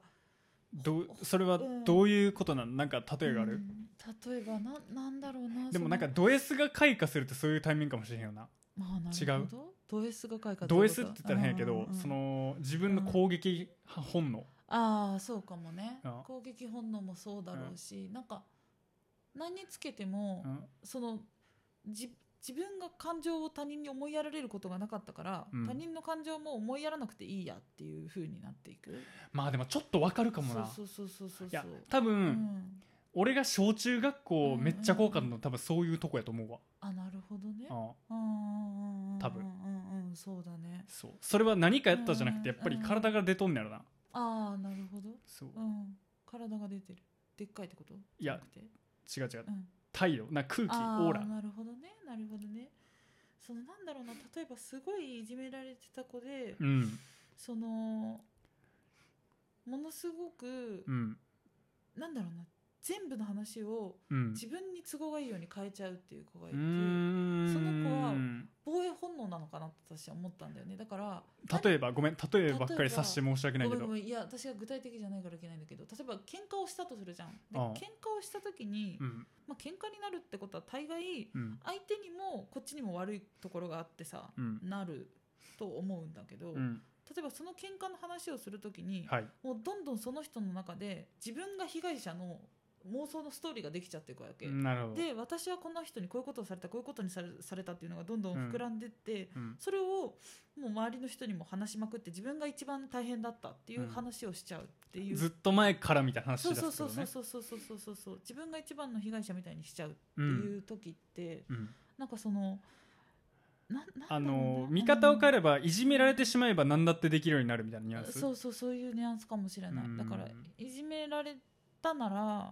A: どうそれはどういうことなんなんか例えがあ
B: う
A: る、
B: ん例えばななんだろうな
A: でもなんか
B: その
A: ド S が開花するってそういうタイミングかもしれへんよな
B: まあ、な
A: 違
B: る
A: う
B: ほどド S が開花
A: ド S って言ったら変やけ
B: うんう
A: ど
B: んうん
A: その自分の攻撃本能
B: ああそうかもね
A: うん
B: 攻撃本能もそうだろうし、なんか何につけても、
A: うん
B: そのじ自分が感情を他人に思いやられることがなかったから、
A: うん
B: 他人の感情も思いやらなくていいやっていう風になっていく
A: まあでもちょっとわかるかもな
B: そうそうそうそうそう
A: いや
B: う
A: 多分、
B: ん
A: 俺が小中学校めっちゃ怖かったの多分そういうとこやと思うわ、
B: あなるほどね
A: うん
B: うんうんうんうん
A: 多分
B: うんうんうんそうだね
A: そうそれは何かやったじゃなくてや
B: う
A: っ
B: ん
A: ぱり体が出とんねやろな、
B: ああなるほど
A: そう
B: うん体が出てるでっかいってこと
A: いや
B: なくて
A: 違う違う
B: うん
A: 太陽な空気
B: あー
A: オーラ
B: なるほどねなるほどねそのなんだろうな例えばすごいいじめられてた子で、
A: うん
B: そのものすごく、
A: うん
B: なんだろうな全部の話を
A: うん
B: 自分に都合がいいように変えちゃうっていう子がいうて、
A: ーん
B: その子は防衛本能なのかなって私は思ったんだよねだから
A: 例えばごめん例えばばっか
B: 例え
A: り
B: ば
A: さして申し訳ない
B: ご
A: け
B: めんご
A: ど
B: めんいや私が具体的じゃないからいけないんだけど例えば喧嘩をしたとするじゃんで
A: ああ
B: 喧嘩をした時に、
A: うん
B: まあ喧嘩になるってことは大概
A: うん
B: 相手にもこっちにも悪いところがあってさ、
A: うん
B: なると思うんだけど、
A: うん
B: 例えばその喧嘩の話をするときに、
A: はい
B: もうどんどんその人の中で自分が被害者の妄想のストーリーができちゃっていくわけ、
A: なるほど
B: で私はこの人にこういうことをされたこういうことにされされたっていうのがどんどん
A: うん
B: 膨らんでって、
A: うん
B: それをもう周りの人にも話しまくって自分が一番大変だったっていう話をしちゃうっていう、
A: ずっと前からみたいな話
B: そう
A: しだ
B: そう
A: すけど
B: そうそう
A: ね
B: そうそうそうそうそう自分が一番の被害者みたいにしちゃうって
A: う
B: い
A: ん
B: う時って、
A: うん
B: なんかそのなんなんだろうな
A: あのー見方を変えればいじめられてしまえば何だってできるようになるみたいなニュアンス
B: そうそうそういうニュアンスかもしれな
A: う
B: い
A: ん
B: だからいじめられたなら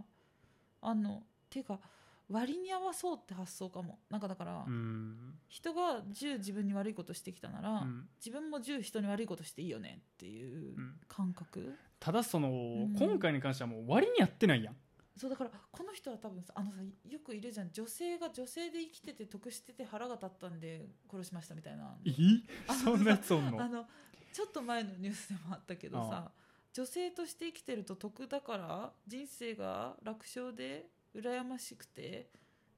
B: あのていうか割に合わそうって発想かもなんかだから、
A: うん
B: 人が10自分に悪いことしてきたなら、
A: うん
B: 自分も10人に悪いことしていいよねっていう
A: うん
B: 感覚、
A: ただその、
B: ん
A: 今回に関してはもう割にやってないやん
B: そうだからこの人は多分さあのさよくいるじゃん女性が女性で生きてて得してて腹が立ったんで殺しましたみたいなあ
A: そんなやつおんの
B: あのちょっと前のニュースでもあったけどさ女性として生きてると得だから人生が楽勝で羨ましくて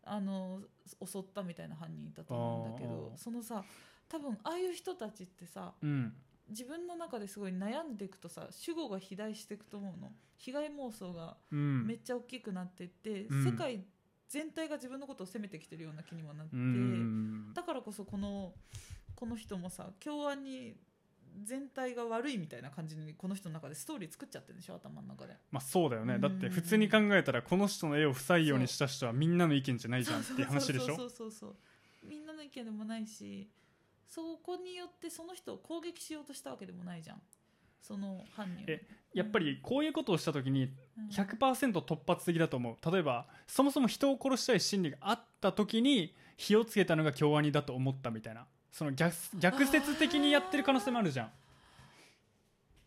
B: あの襲ったみたいな犯人いたと思うんだけど
A: あー
B: そのさ多分ああいう人たちってさ
A: うん
B: 自分の中ですごい悩んでいくとさ主語が肥大していくと思うの被害妄想が
A: うん
B: めっちゃ大きくなっていって、
A: うん
B: 世界全体が自分のことを責めてきてるような気にもなって、
A: うん
B: だからこそこのこの人もさ京アに全体が悪いみたいな感じにこの人の中でストーリー作っちゃってるでしょ頭の中で。
A: まあそうだよね、
B: うん
A: だって普通に考えたらこの人の絵を不採用にした人はみんなの意見じゃないじゃんっていう話でし
B: そ
A: ょ
B: うそうそうそうそうみんなの意見でもないしそこによってその人を攻撃しようとしたわけでもないじゃんその犯人を
A: えやっぱりこういうことをした時に
B: うん
A: 100%突発的だと思う例えばそもそも人を殺したい心理があった時に火をつけたのが京アニだと思ったみたいなその逆逆説的にやってる可能性もあるじゃ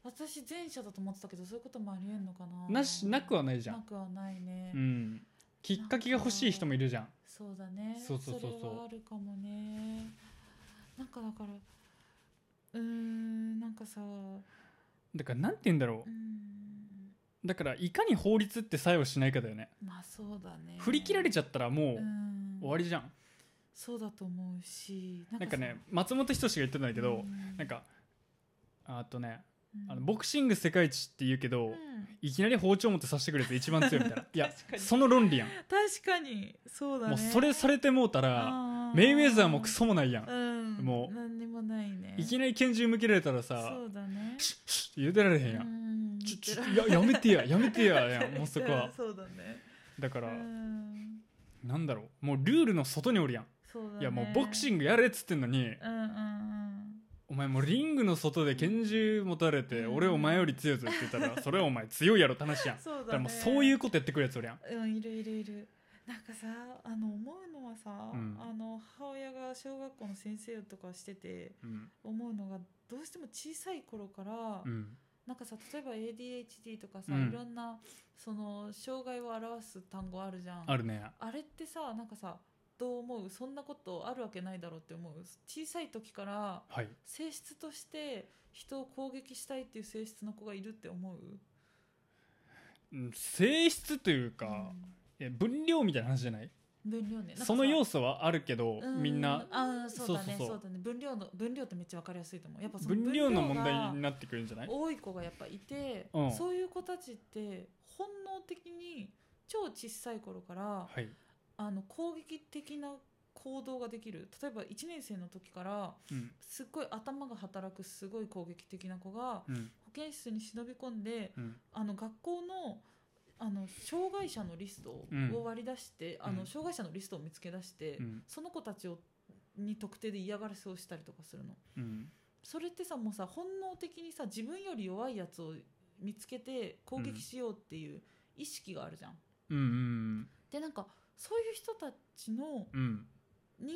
B: 私前者だと思ってたけどそういうこともありえんのかなん
A: なしなくはないじゃ、
B: なんくはないね、
A: うん、きっかけが欲しい人もいるじゃん
B: そうだね
A: そうそうそうそう
B: れはあるかもねなんかだからうーんなんかさう
A: だからなんて言うんだろ
B: ーん
A: うだからいかに法律って作用しないかだよね
B: まあそうだね
A: 振り切られちゃったらも
B: うん
A: う終わりじゃん
B: そうだと思うしな
A: なんかね
B: さ
A: 松本人志が言ってたんだけど
B: う
A: なんかあとね
B: うん
A: あのボクシング世界一って言うけど、いきなり包丁持って刺してくるやつ一番強いみたいな いや
B: 確かに
A: その論理やん
B: 確かにそうだね
A: もうそれされてもうたら
B: あー
A: メイウェザーもクソもないやん、
B: うん
A: もう
B: 何にもないね
A: いきなり拳銃向けられたらさ
B: そうだね
A: シュッシュッって言うてられへんやん、
B: うん
A: ちょちょややめてややめてややんもうそこは
B: ん そうだね
A: だから、
B: うん
A: なんだろうもうルールの外におるやん、
B: そうだね
A: いやもうボクシ
B: ン
A: ングやれっつってんのに
B: グうんうんうん
A: お前もうリングの外で拳銃持たれて、
B: うん
A: 俺お前より強いぞって言った らそれはお前強いやろって話やんだ
B: そうだね
A: からもうそういうことやってくるやつおるやん
B: うんいるいるいるなんかさあの思うのはさ、
A: うん
B: あの母親が小学校の先生とかしてて
A: うん
B: 思うのがどうしても小さい頃から、
A: うん
B: なんかさ例えば ADHD とかさ、
A: うん
B: いろんなその障害を表す単語あるじゃん
A: あるね
B: あれってさなんかさどう思うそんなことあるわけないだろうって思う小さい時から
A: はい
B: 性質として人を攻撃したいっていう性質の子がいるって思う
A: うん性質というか、え分量みたいな話じゃない
B: うん分量ね
A: その要
B: 素
A: 素はあるけどみんな
B: あーそうだね
A: そ
B: そ
A: そうそう
B: ううだね分量の分量ってめっちゃわかりやすいと思うやっぱその
A: 分量の問題
B: が
A: になってくるんじゃない
B: 多い子がやっぱいて、
A: うん
B: そういう子たちって本能的に超小さい頃から、
A: はい、
B: あの攻撃的な行動ができる例えば1年生の時から
A: うん
B: すっごい頭が働くすごい攻撃的な子が
A: うん
B: 保健室に忍び込んで
A: うん
B: あの学校のあの障害者のリストを
A: うん
B: を割り出して、あ
A: う
B: の
A: ん
B: 障害者のリストを見つけ出して、
A: うん
B: その子たちをに特定で嫌がらせをしたりとかするの
A: うん
B: それってさもうさ本能的にさ自分より弱いやつを見つけて攻撃しようっていう意識があるじゃん。
A: うんうん
B: でなんかそういう人たちの
A: うん
B: 人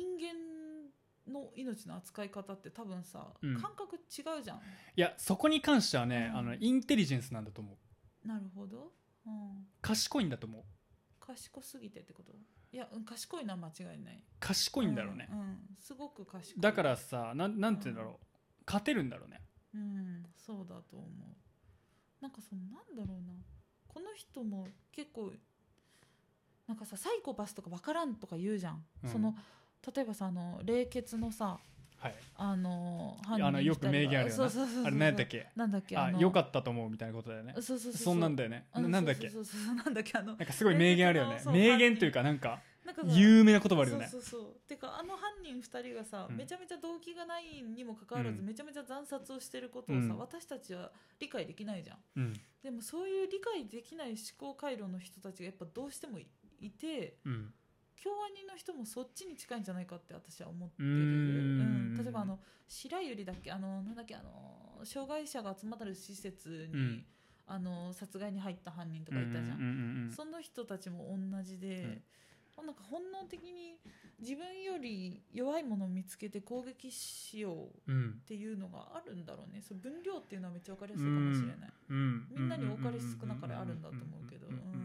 B: 間の命の扱い方って多分さ、
A: うん
B: 感覚違うじゃん
A: いやそこに関してはね、
B: うん
A: あのインテリジェンスなんだと思う
B: なるほど、うん、
A: 賢いんだと思う
B: 賢すぎてってこといや、うん、賢いのは間違いない
A: 賢いんだろうね、
B: うんうんすごく賢い
A: だからさなんなんて言うんだろう、勝てるんだろうね
B: うんそうだと思うなんかそのなんだろうなこの人も結構なんかさサイコパスとか分からんとか言うじゃん、
A: うん
B: その例えばさあの冷血のさ
A: はい
B: あの
A: いやあのよく名言あるよな
B: そうそうそうそう
A: あれ何やったっけ
B: なんだっけ
A: あ
B: の
A: よかったと思うみたいなことだよね
B: そうそうそう
A: そんなんだよね
B: う
A: ななんだっけ
B: そうそうそうそうなんだっけあの
A: なんかすごい名言あるよね
B: そうそう
A: 名言というかなんか
B: なんかさ
A: 有名な言葉あるよね
B: そうそうそうてかあの犯人2人がさ、
A: うん
B: めちゃめちゃ動機がないにもかかわらず、
A: うん
B: めちゃめちゃ惨殺をしてることをさ、
A: うん
B: 私たちは理解できないじゃん
A: うん
B: でもそういう理解できない思考回路の人たちがやっぱどうしてもいいて
A: うん
B: 共和人の人もそっちに近いんじゃないかって私は思ってる
A: うーん
B: うん例えばあの白百合だっけあのなんだっけあの障害者が集まる施設に、
A: うん
B: あの殺害に入った犯人と
A: うん
B: か
A: う
B: い
A: ん
B: たじゃん、
A: うん
B: その人たちも同じで、なんか本能的に自分より弱いものを見つけて攻撃しようっ
A: うん
B: ていうのがあるんだろうねそれ分量っていうのはめっちゃ分かりやすいかもしれない、
A: うん
B: みんなに多かれ少なかれあるんだと思うけど、
A: うんうんうんうん
B: うん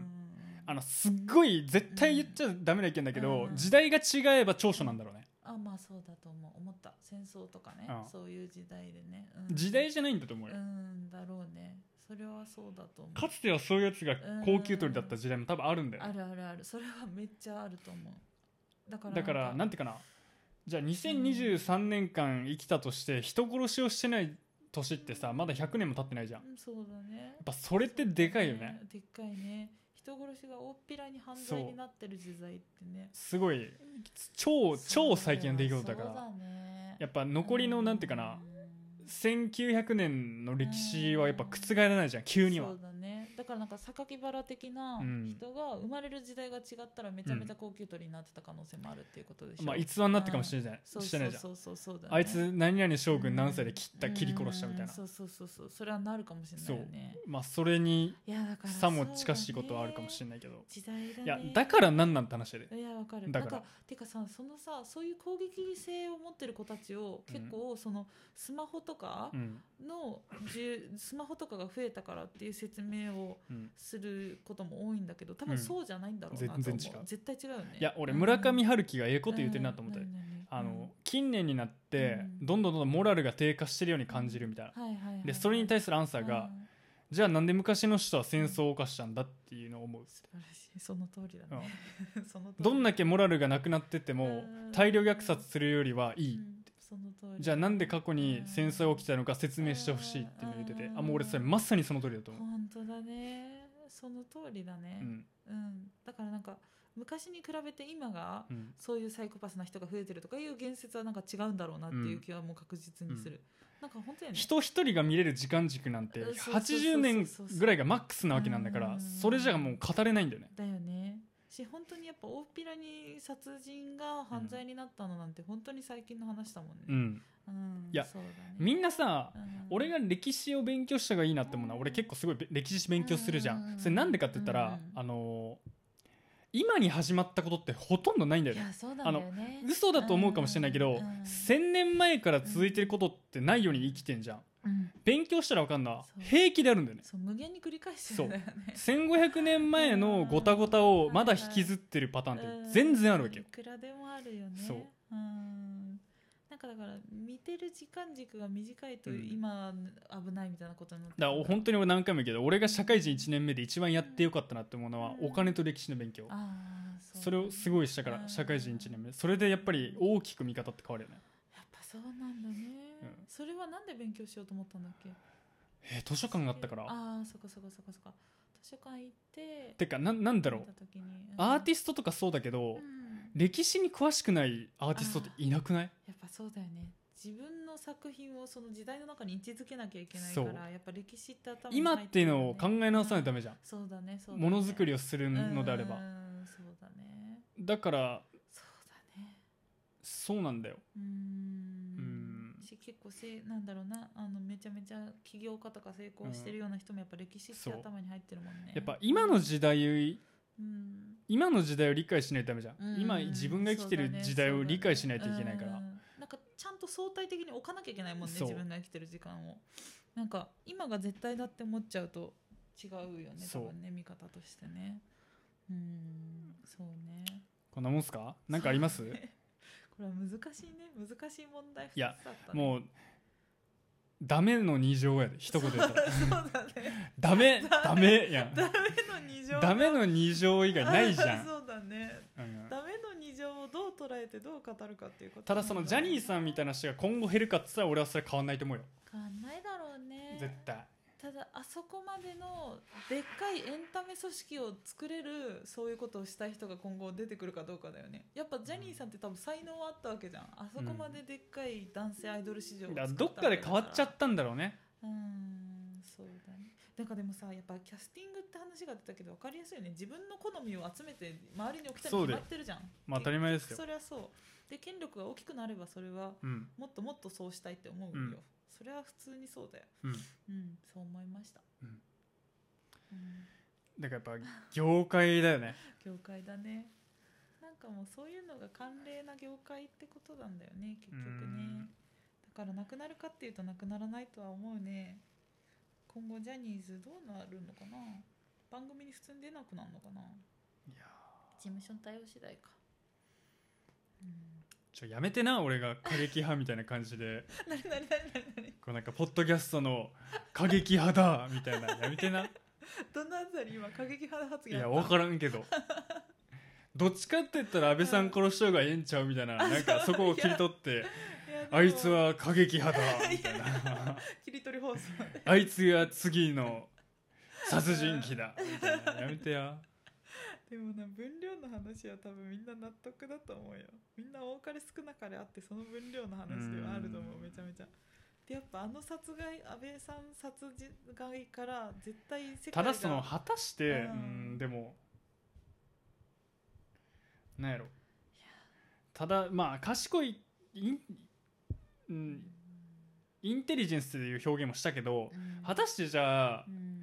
A: あのすっごい絶対言っちゃダメな意見だけど、
B: うん
A: 時代が違えば長所なんだろうね、
B: あまあそうだと思う思った戦争とかね、
A: ああ
B: そういう時代でね、うん
A: 時代じゃないんだと思う
B: う
A: よ、
B: んだろうねそれはそうだと思う
A: かつてはそういうやつが高級鳥だった時代も多分あるんだよね、
B: あるあるあるそれはめっちゃあると思うだから
A: だからなんていうかなじゃあ2023年間生きたとして人殺しをしてない年ってさまだ100年も経ってないじゃんやっ
B: うんそうだね
A: ぱそれってでかいよね
B: でっかいね人殺しが大っぴらに犯罪になってる時代ってね
A: すごい超超最近の出来事だから
B: そうだね
A: やっぱ残りのなんていうかな
B: うん
A: 1900年の歴史はやっぱ覆らないじゃん急には
B: そうだねだからなんか榊原的な
A: うん
B: 人が生まれる時代が違ったらめちゃめちゃ高級鳥になってた可能性もあるっていうことでしょ、
A: まあ逸話になってかもしれない
B: そう
A: して
B: そ
A: ないじゃん
B: うそうそうだ、ね、
A: あいつ何々将軍何歳で切った
B: うん
A: 切り殺したみたいな
B: そうそうそうそうそれはなるかもしれないよね
A: まあそれに
B: いやだから
A: さも近しいことはあるかもしれ
B: ない
A: ないけど
B: 時代だね
A: いやだから何なんて話やで
B: いやわかる
A: だ
B: だ
A: か
B: かららなんかてかさそのさそういう攻撃性を持ってる子たちを
A: うん
B: 結構そのスマホとか
A: うん
B: の、じゅスマホとかが増えたからっていう説明を
A: うん
B: することも多いんだけど多
A: うん
B: 分そうじゃないんだろうなと思う、
A: 全然違う
B: 絶対違うよね
A: いや俺村上
B: っ
A: 春樹がええこと言ってるなと思ってあの近年になってどんどんどんどんモラルが低下してるように感じるみたいな
B: はいはいはい
A: でそれに対するアンサー
B: う
A: が
B: ん
A: じゃあなんで昔の人は戦争を犯したんだっていうのを思う
B: 素晴らしいその通りだね、 その通り
A: どんだけモラルがなくなってても
B: うん
A: 大量虐殺するよりはいい
B: うんその通り
A: じゃあなんで過去に戦争が起きたのか説明してほしいっていうのを言っててあもう俺それまさにその通りだと思う
B: 本当だねその通りだね
A: う、ん
B: うん、だからなんか昔に比べて今が
A: うん
B: そういうサイコパスな人が増えてるとかいう言説はなんか違うんだろうなっていううん気はもう確実にする、なんか本当やね
A: 人一人が見れる時間軸なんて
B: そうそうそうそう
A: 80年ぐらいがマックスなわけなんだか
B: う
A: ら
B: ん
A: それじゃもう語れないんだよね
B: だよねし本当にやっぱ大っぴらに殺人が犯罪になったのなんて本当に最近の話だもんね、
A: うん
B: うん
A: いや
B: そうだね
A: みんなさ
B: うん
A: 俺が歴史を勉強した方がいいなって思うな俺結構すごいべ歴史勉強するじゃ
B: うんうん
A: ん
B: うん
A: それなんでかって言った
B: うんう
A: ら
B: ん
A: あのー今に始まったことってほとんどないんだよ
B: い
A: ね
B: やそうなんだよね
A: 嘘だと思うかもしれないけど、
B: うんうん
A: 1000年前から続いてることってないように生きてんじゃん
B: うん
A: 勉強したら分かんな
B: そう
A: 平気であるんだよね
B: そう無限に繰り返してるんだよね
A: 1500年前のごたごたをまだ引きずってるパターンって全然あるわけよ
B: うんいくらでもあるよね
A: そう
B: うんなんかだから見てる時間軸が短いと
A: うん
B: 今危ないみたいなことになってく
A: だ
B: る
A: から本当に俺何回も言うけど俺が社会人1年目で一番やってよかったなって思うのは
B: うん
A: お金と歴史の勉強
B: あーそう
A: それをすごいしたか
B: う
A: ら
B: ん
A: 社会人1年目それでやっぱり大きく見方って変わるよね
B: やっぱそうなんだね、
A: うん
B: それはなんで勉強しようと思ったんだっけ
A: えー図書館があったから
B: ああそこそこそこそこ図書館行って
A: てかななんだろう
B: 見た時にうん
A: アーティストとかそうだけど
B: うん
A: 歴史に詳しくないアーティストっていなくない
B: やっぱそうだよね自分の作品をその時代の中に位置づけなきゃいけない
A: そ
B: か
A: う
B: らやっぱ歴史って頭に
A: 今
B: 入
A: っていう
B: るよね
A: のを考え直さないとダメじゃん
B: そうだねそうだ
A: も
B: ね
A: のづくりをするのであれば
B: うーんそうだね
A: だから
B: そうだね
A: そうなんだよ
B: うーん
A: うん
B: し結構せなんだろうなあのめちゃめちゃ起業家とか成功してるような人もやっぱ歴史って
A: そう
B: 頭に入ってるもんね
A: やっぱ今の時代
B: うん
A: 今の時代を理解しないとダメじゃん
B: うん
A: 今自分が生きてる時代を理解しないといけないか
B: そうだ
A: ら
B: ねそうだねうんなんかちゃんと相対的に置かなきゃいけないもんね
A: そ
B: 自
A: う
B: 分が生きてる時間をなんか今が絶対だって思っちゃうと違うよね
A: そ
B: 多
A: う
B: 分ね見方としてねうーんそうね
A: こんなもんすかなんかあります
B: これは難しいね難しい問題2
A: いや
B: つだったね
A: もうダメの二乗やで一言で言ったら
B: そうだね。
A: ダ メダメやん
B: ダメの二乗。
A: ダメの二乗以
B: が
A: 外ないじゃん、
B: そうだね。
A: うん
B: ダメの二乗をどう捉えてどう語るかっていうこと。
A: ただそのジャニーさんみたいな人が今後減るかっつったら俺はそれ変わんないと思うよ
B: 変わんないだろうね。
A: 絶対
B: ただあそこまでのでっかいエンタメ組織を作れるそういうことをしたい人が今後出てくるかどうかだよねやっぱジャニーさんって多分才能はあったわけじゃんあそこまででっかい男性アイドル市場を
A: だ
B: 作
A: から
B: た
A: どっかで変わっちゃ
B: た
A: ったんだろうね
B: うーんそうだねなんかでもさやっぱキャスティングって話が出たけど分かりやすいよね自分の好みを集めて周りに置きたいに
A: そう
B: 決
A: だ
B: ま
A: よ
B: ってるじゃん
A: まあ当たり前ですよ
B: そりゃそうで権力が大きくなればそれは
A: うん
B: もっともっとそうしたいって思うよ、
A: うん
B: それは普通にそうだよ
A: うん
B: うんそう思いました
A: うん
B: うん
A: だからやっぱ業界だよね
B: 業界だねなんかもうそういうのが慣例な業界ってことなんだよね結局
A: う
B: ね
A: ん
B: だからなくなるかっていうとなくならないとは思うね今後ジャニーズどうなるのかな番組に普通に出なくなるのかない
A: や
B: 事務所の対応次第かうん
A: ちょやめてな俺が過激派みたいな感じ で
B: なになになになになに
A: こうなんかポッドキャストの過激派だみたいな やめてな
B: どんなあたり今過激派発
A: い
B: 言あ
A: や
B: った
A: 分からんけどどっちかって言ったら安倍さん殺しようがええんちゃうみたいななんかそこを切り取って
B: いや
A: あいつは過激派だみたい
B: いや
A: な
B: 切り取り放送で
A: あいつが次の殺人鬼だみたいなやめてや
B: でもな分量の話は多分みんな納得だと思うよみんな多かれ少なかれあってその分量の話ではあると思
A: う
B: うんめちゃめちゃでやっぱあの殺害安倍さん殺人害から絶対世界
A: た
B: が
A: だその果たして
B: う
A: うんんでもなんやろただまあ賢いイン,、う
B: うん
A: ん、インテリジェンスっていう表現もしたけど
B: うん
A: 果たしてじゃあ
B: うん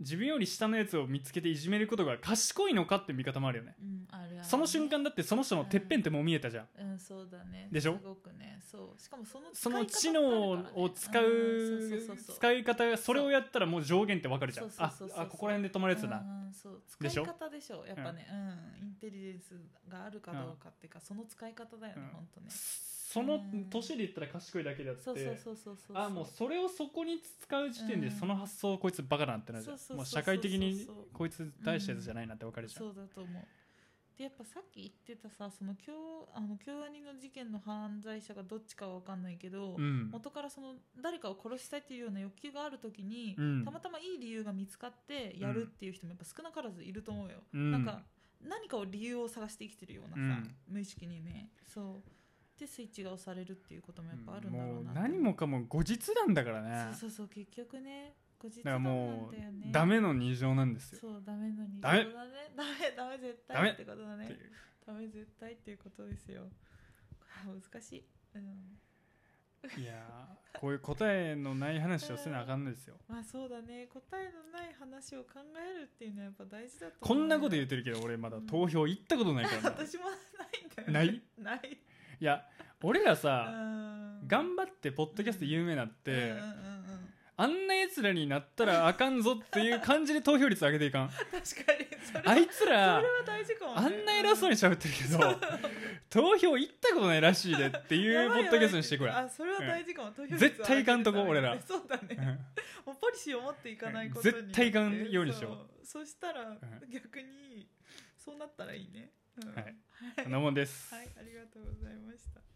A: 自分より下のやつを見つけていじめることが賢いのかって見方もあるよね
B: うんあるあるね
A: その瞬間だってその人のてっぺんってもう見えたじゃん
B: うんそうだね
A: でしょ
B: すごくねそうしかもその
A: その
B: 使
A: 知
B: い方も
A: 能
B: あるからね
A: を使う
B: うんそうそうそうそう
A: 使い方がそれをやったらもう上限ってわかるじゃん
B: そう
A: あ
B: そうそうそ
A: あ
B: う
A: ここら辺で止まるやつだな
B: うんうんそう
A: でし
B: 使
A: ょ
B: い方でしょやっぱね、うんインテリジェンスがあるかどうかっていうか、その使い方だよね、
A: うん
B: ほんとね
A: その
B: うん
A: 年で言ったら賢いだけであって
B: そうそうそうそうそう
A: あもうそれをそこに使う時点で
B: うん
A: その発想こいつバカだなってなるじゃ
B: そうんそうそうそう
A: もう社会的に
B: そうそう
A: こいつ大したやつじゃないなってわかるじゃん
B: そうだと思うでやっぱさっき言ってたさその京あの京アニの事件の犯罪者がどっちかは分かんないけど、
A: うん
B: 元からその誰かを殺したいっていうような欲求がある時に、
A: うん
B: たまたまいい理由が見つかってやるっていう人もやっぱ少なからずいると思うよ、
A: うん
B: なんか何かを理由を探して生きてるようなさ、
A: うん
B: 無意識にねそうでスイッチが押されるっていうこともやっぱあるんだろ
A: も
B: う
A: う
B: な
A: 何もかも後日談だからね
B: そうそうそう結局ね後日
A: だから
B: 談なん
A: も
B: だよね
A: うダメの二乗なんですよ
B: そうダメのに
A: ダメ
B: そうだね ダメダメ絶
A: ダ
B: 対
A: メ
B: ってことだ
A: って
B: ね
A: いう
B: ダメ絶対っていうことですよあ難しい、うん、
A: いやーこういう答えのない話をせなあかんのですよ
B: まあそうだね答えのない話を考えるっていうのはやっぱ大事だと
A: こ
B: 思うん
A: なこと
B: う
A: 言
B: よ
A: ってるけど俺まだ
B: うん
A: 投票行ったことないからな
B: 私もないん
A: な
B: だよ、ね
A: い、
B: ないない
A: いや俺ら
B: う
A: さ
B: ん
A: 頑張ってポッドキャスト有名になって、
B: うんうんうんうん
A: あんな奴らになったらあかんぞっていう感じで投票率上げてい かん
B: 確かにそれは
A: あいつら
B: それは大事かも、ね、
A: あんな偉そうに喋ってる けど投票行ったことないらしいでっていうポッドキャストにしていこうや
B: あそれは大事かも、投票率
A: 絶対いかんとこ
B: 上げてたら
A: 俺ら
B: そうだねもうポリシーを持っていかないことによって
A: 絶対いかんようにしよう
B: そうそしたら
A: ん
B: 逆にそうなったらいいね、うん
A: はい
B: は
A: う
B: い
A: ん、なもんです、
B: はい、ありがとうございました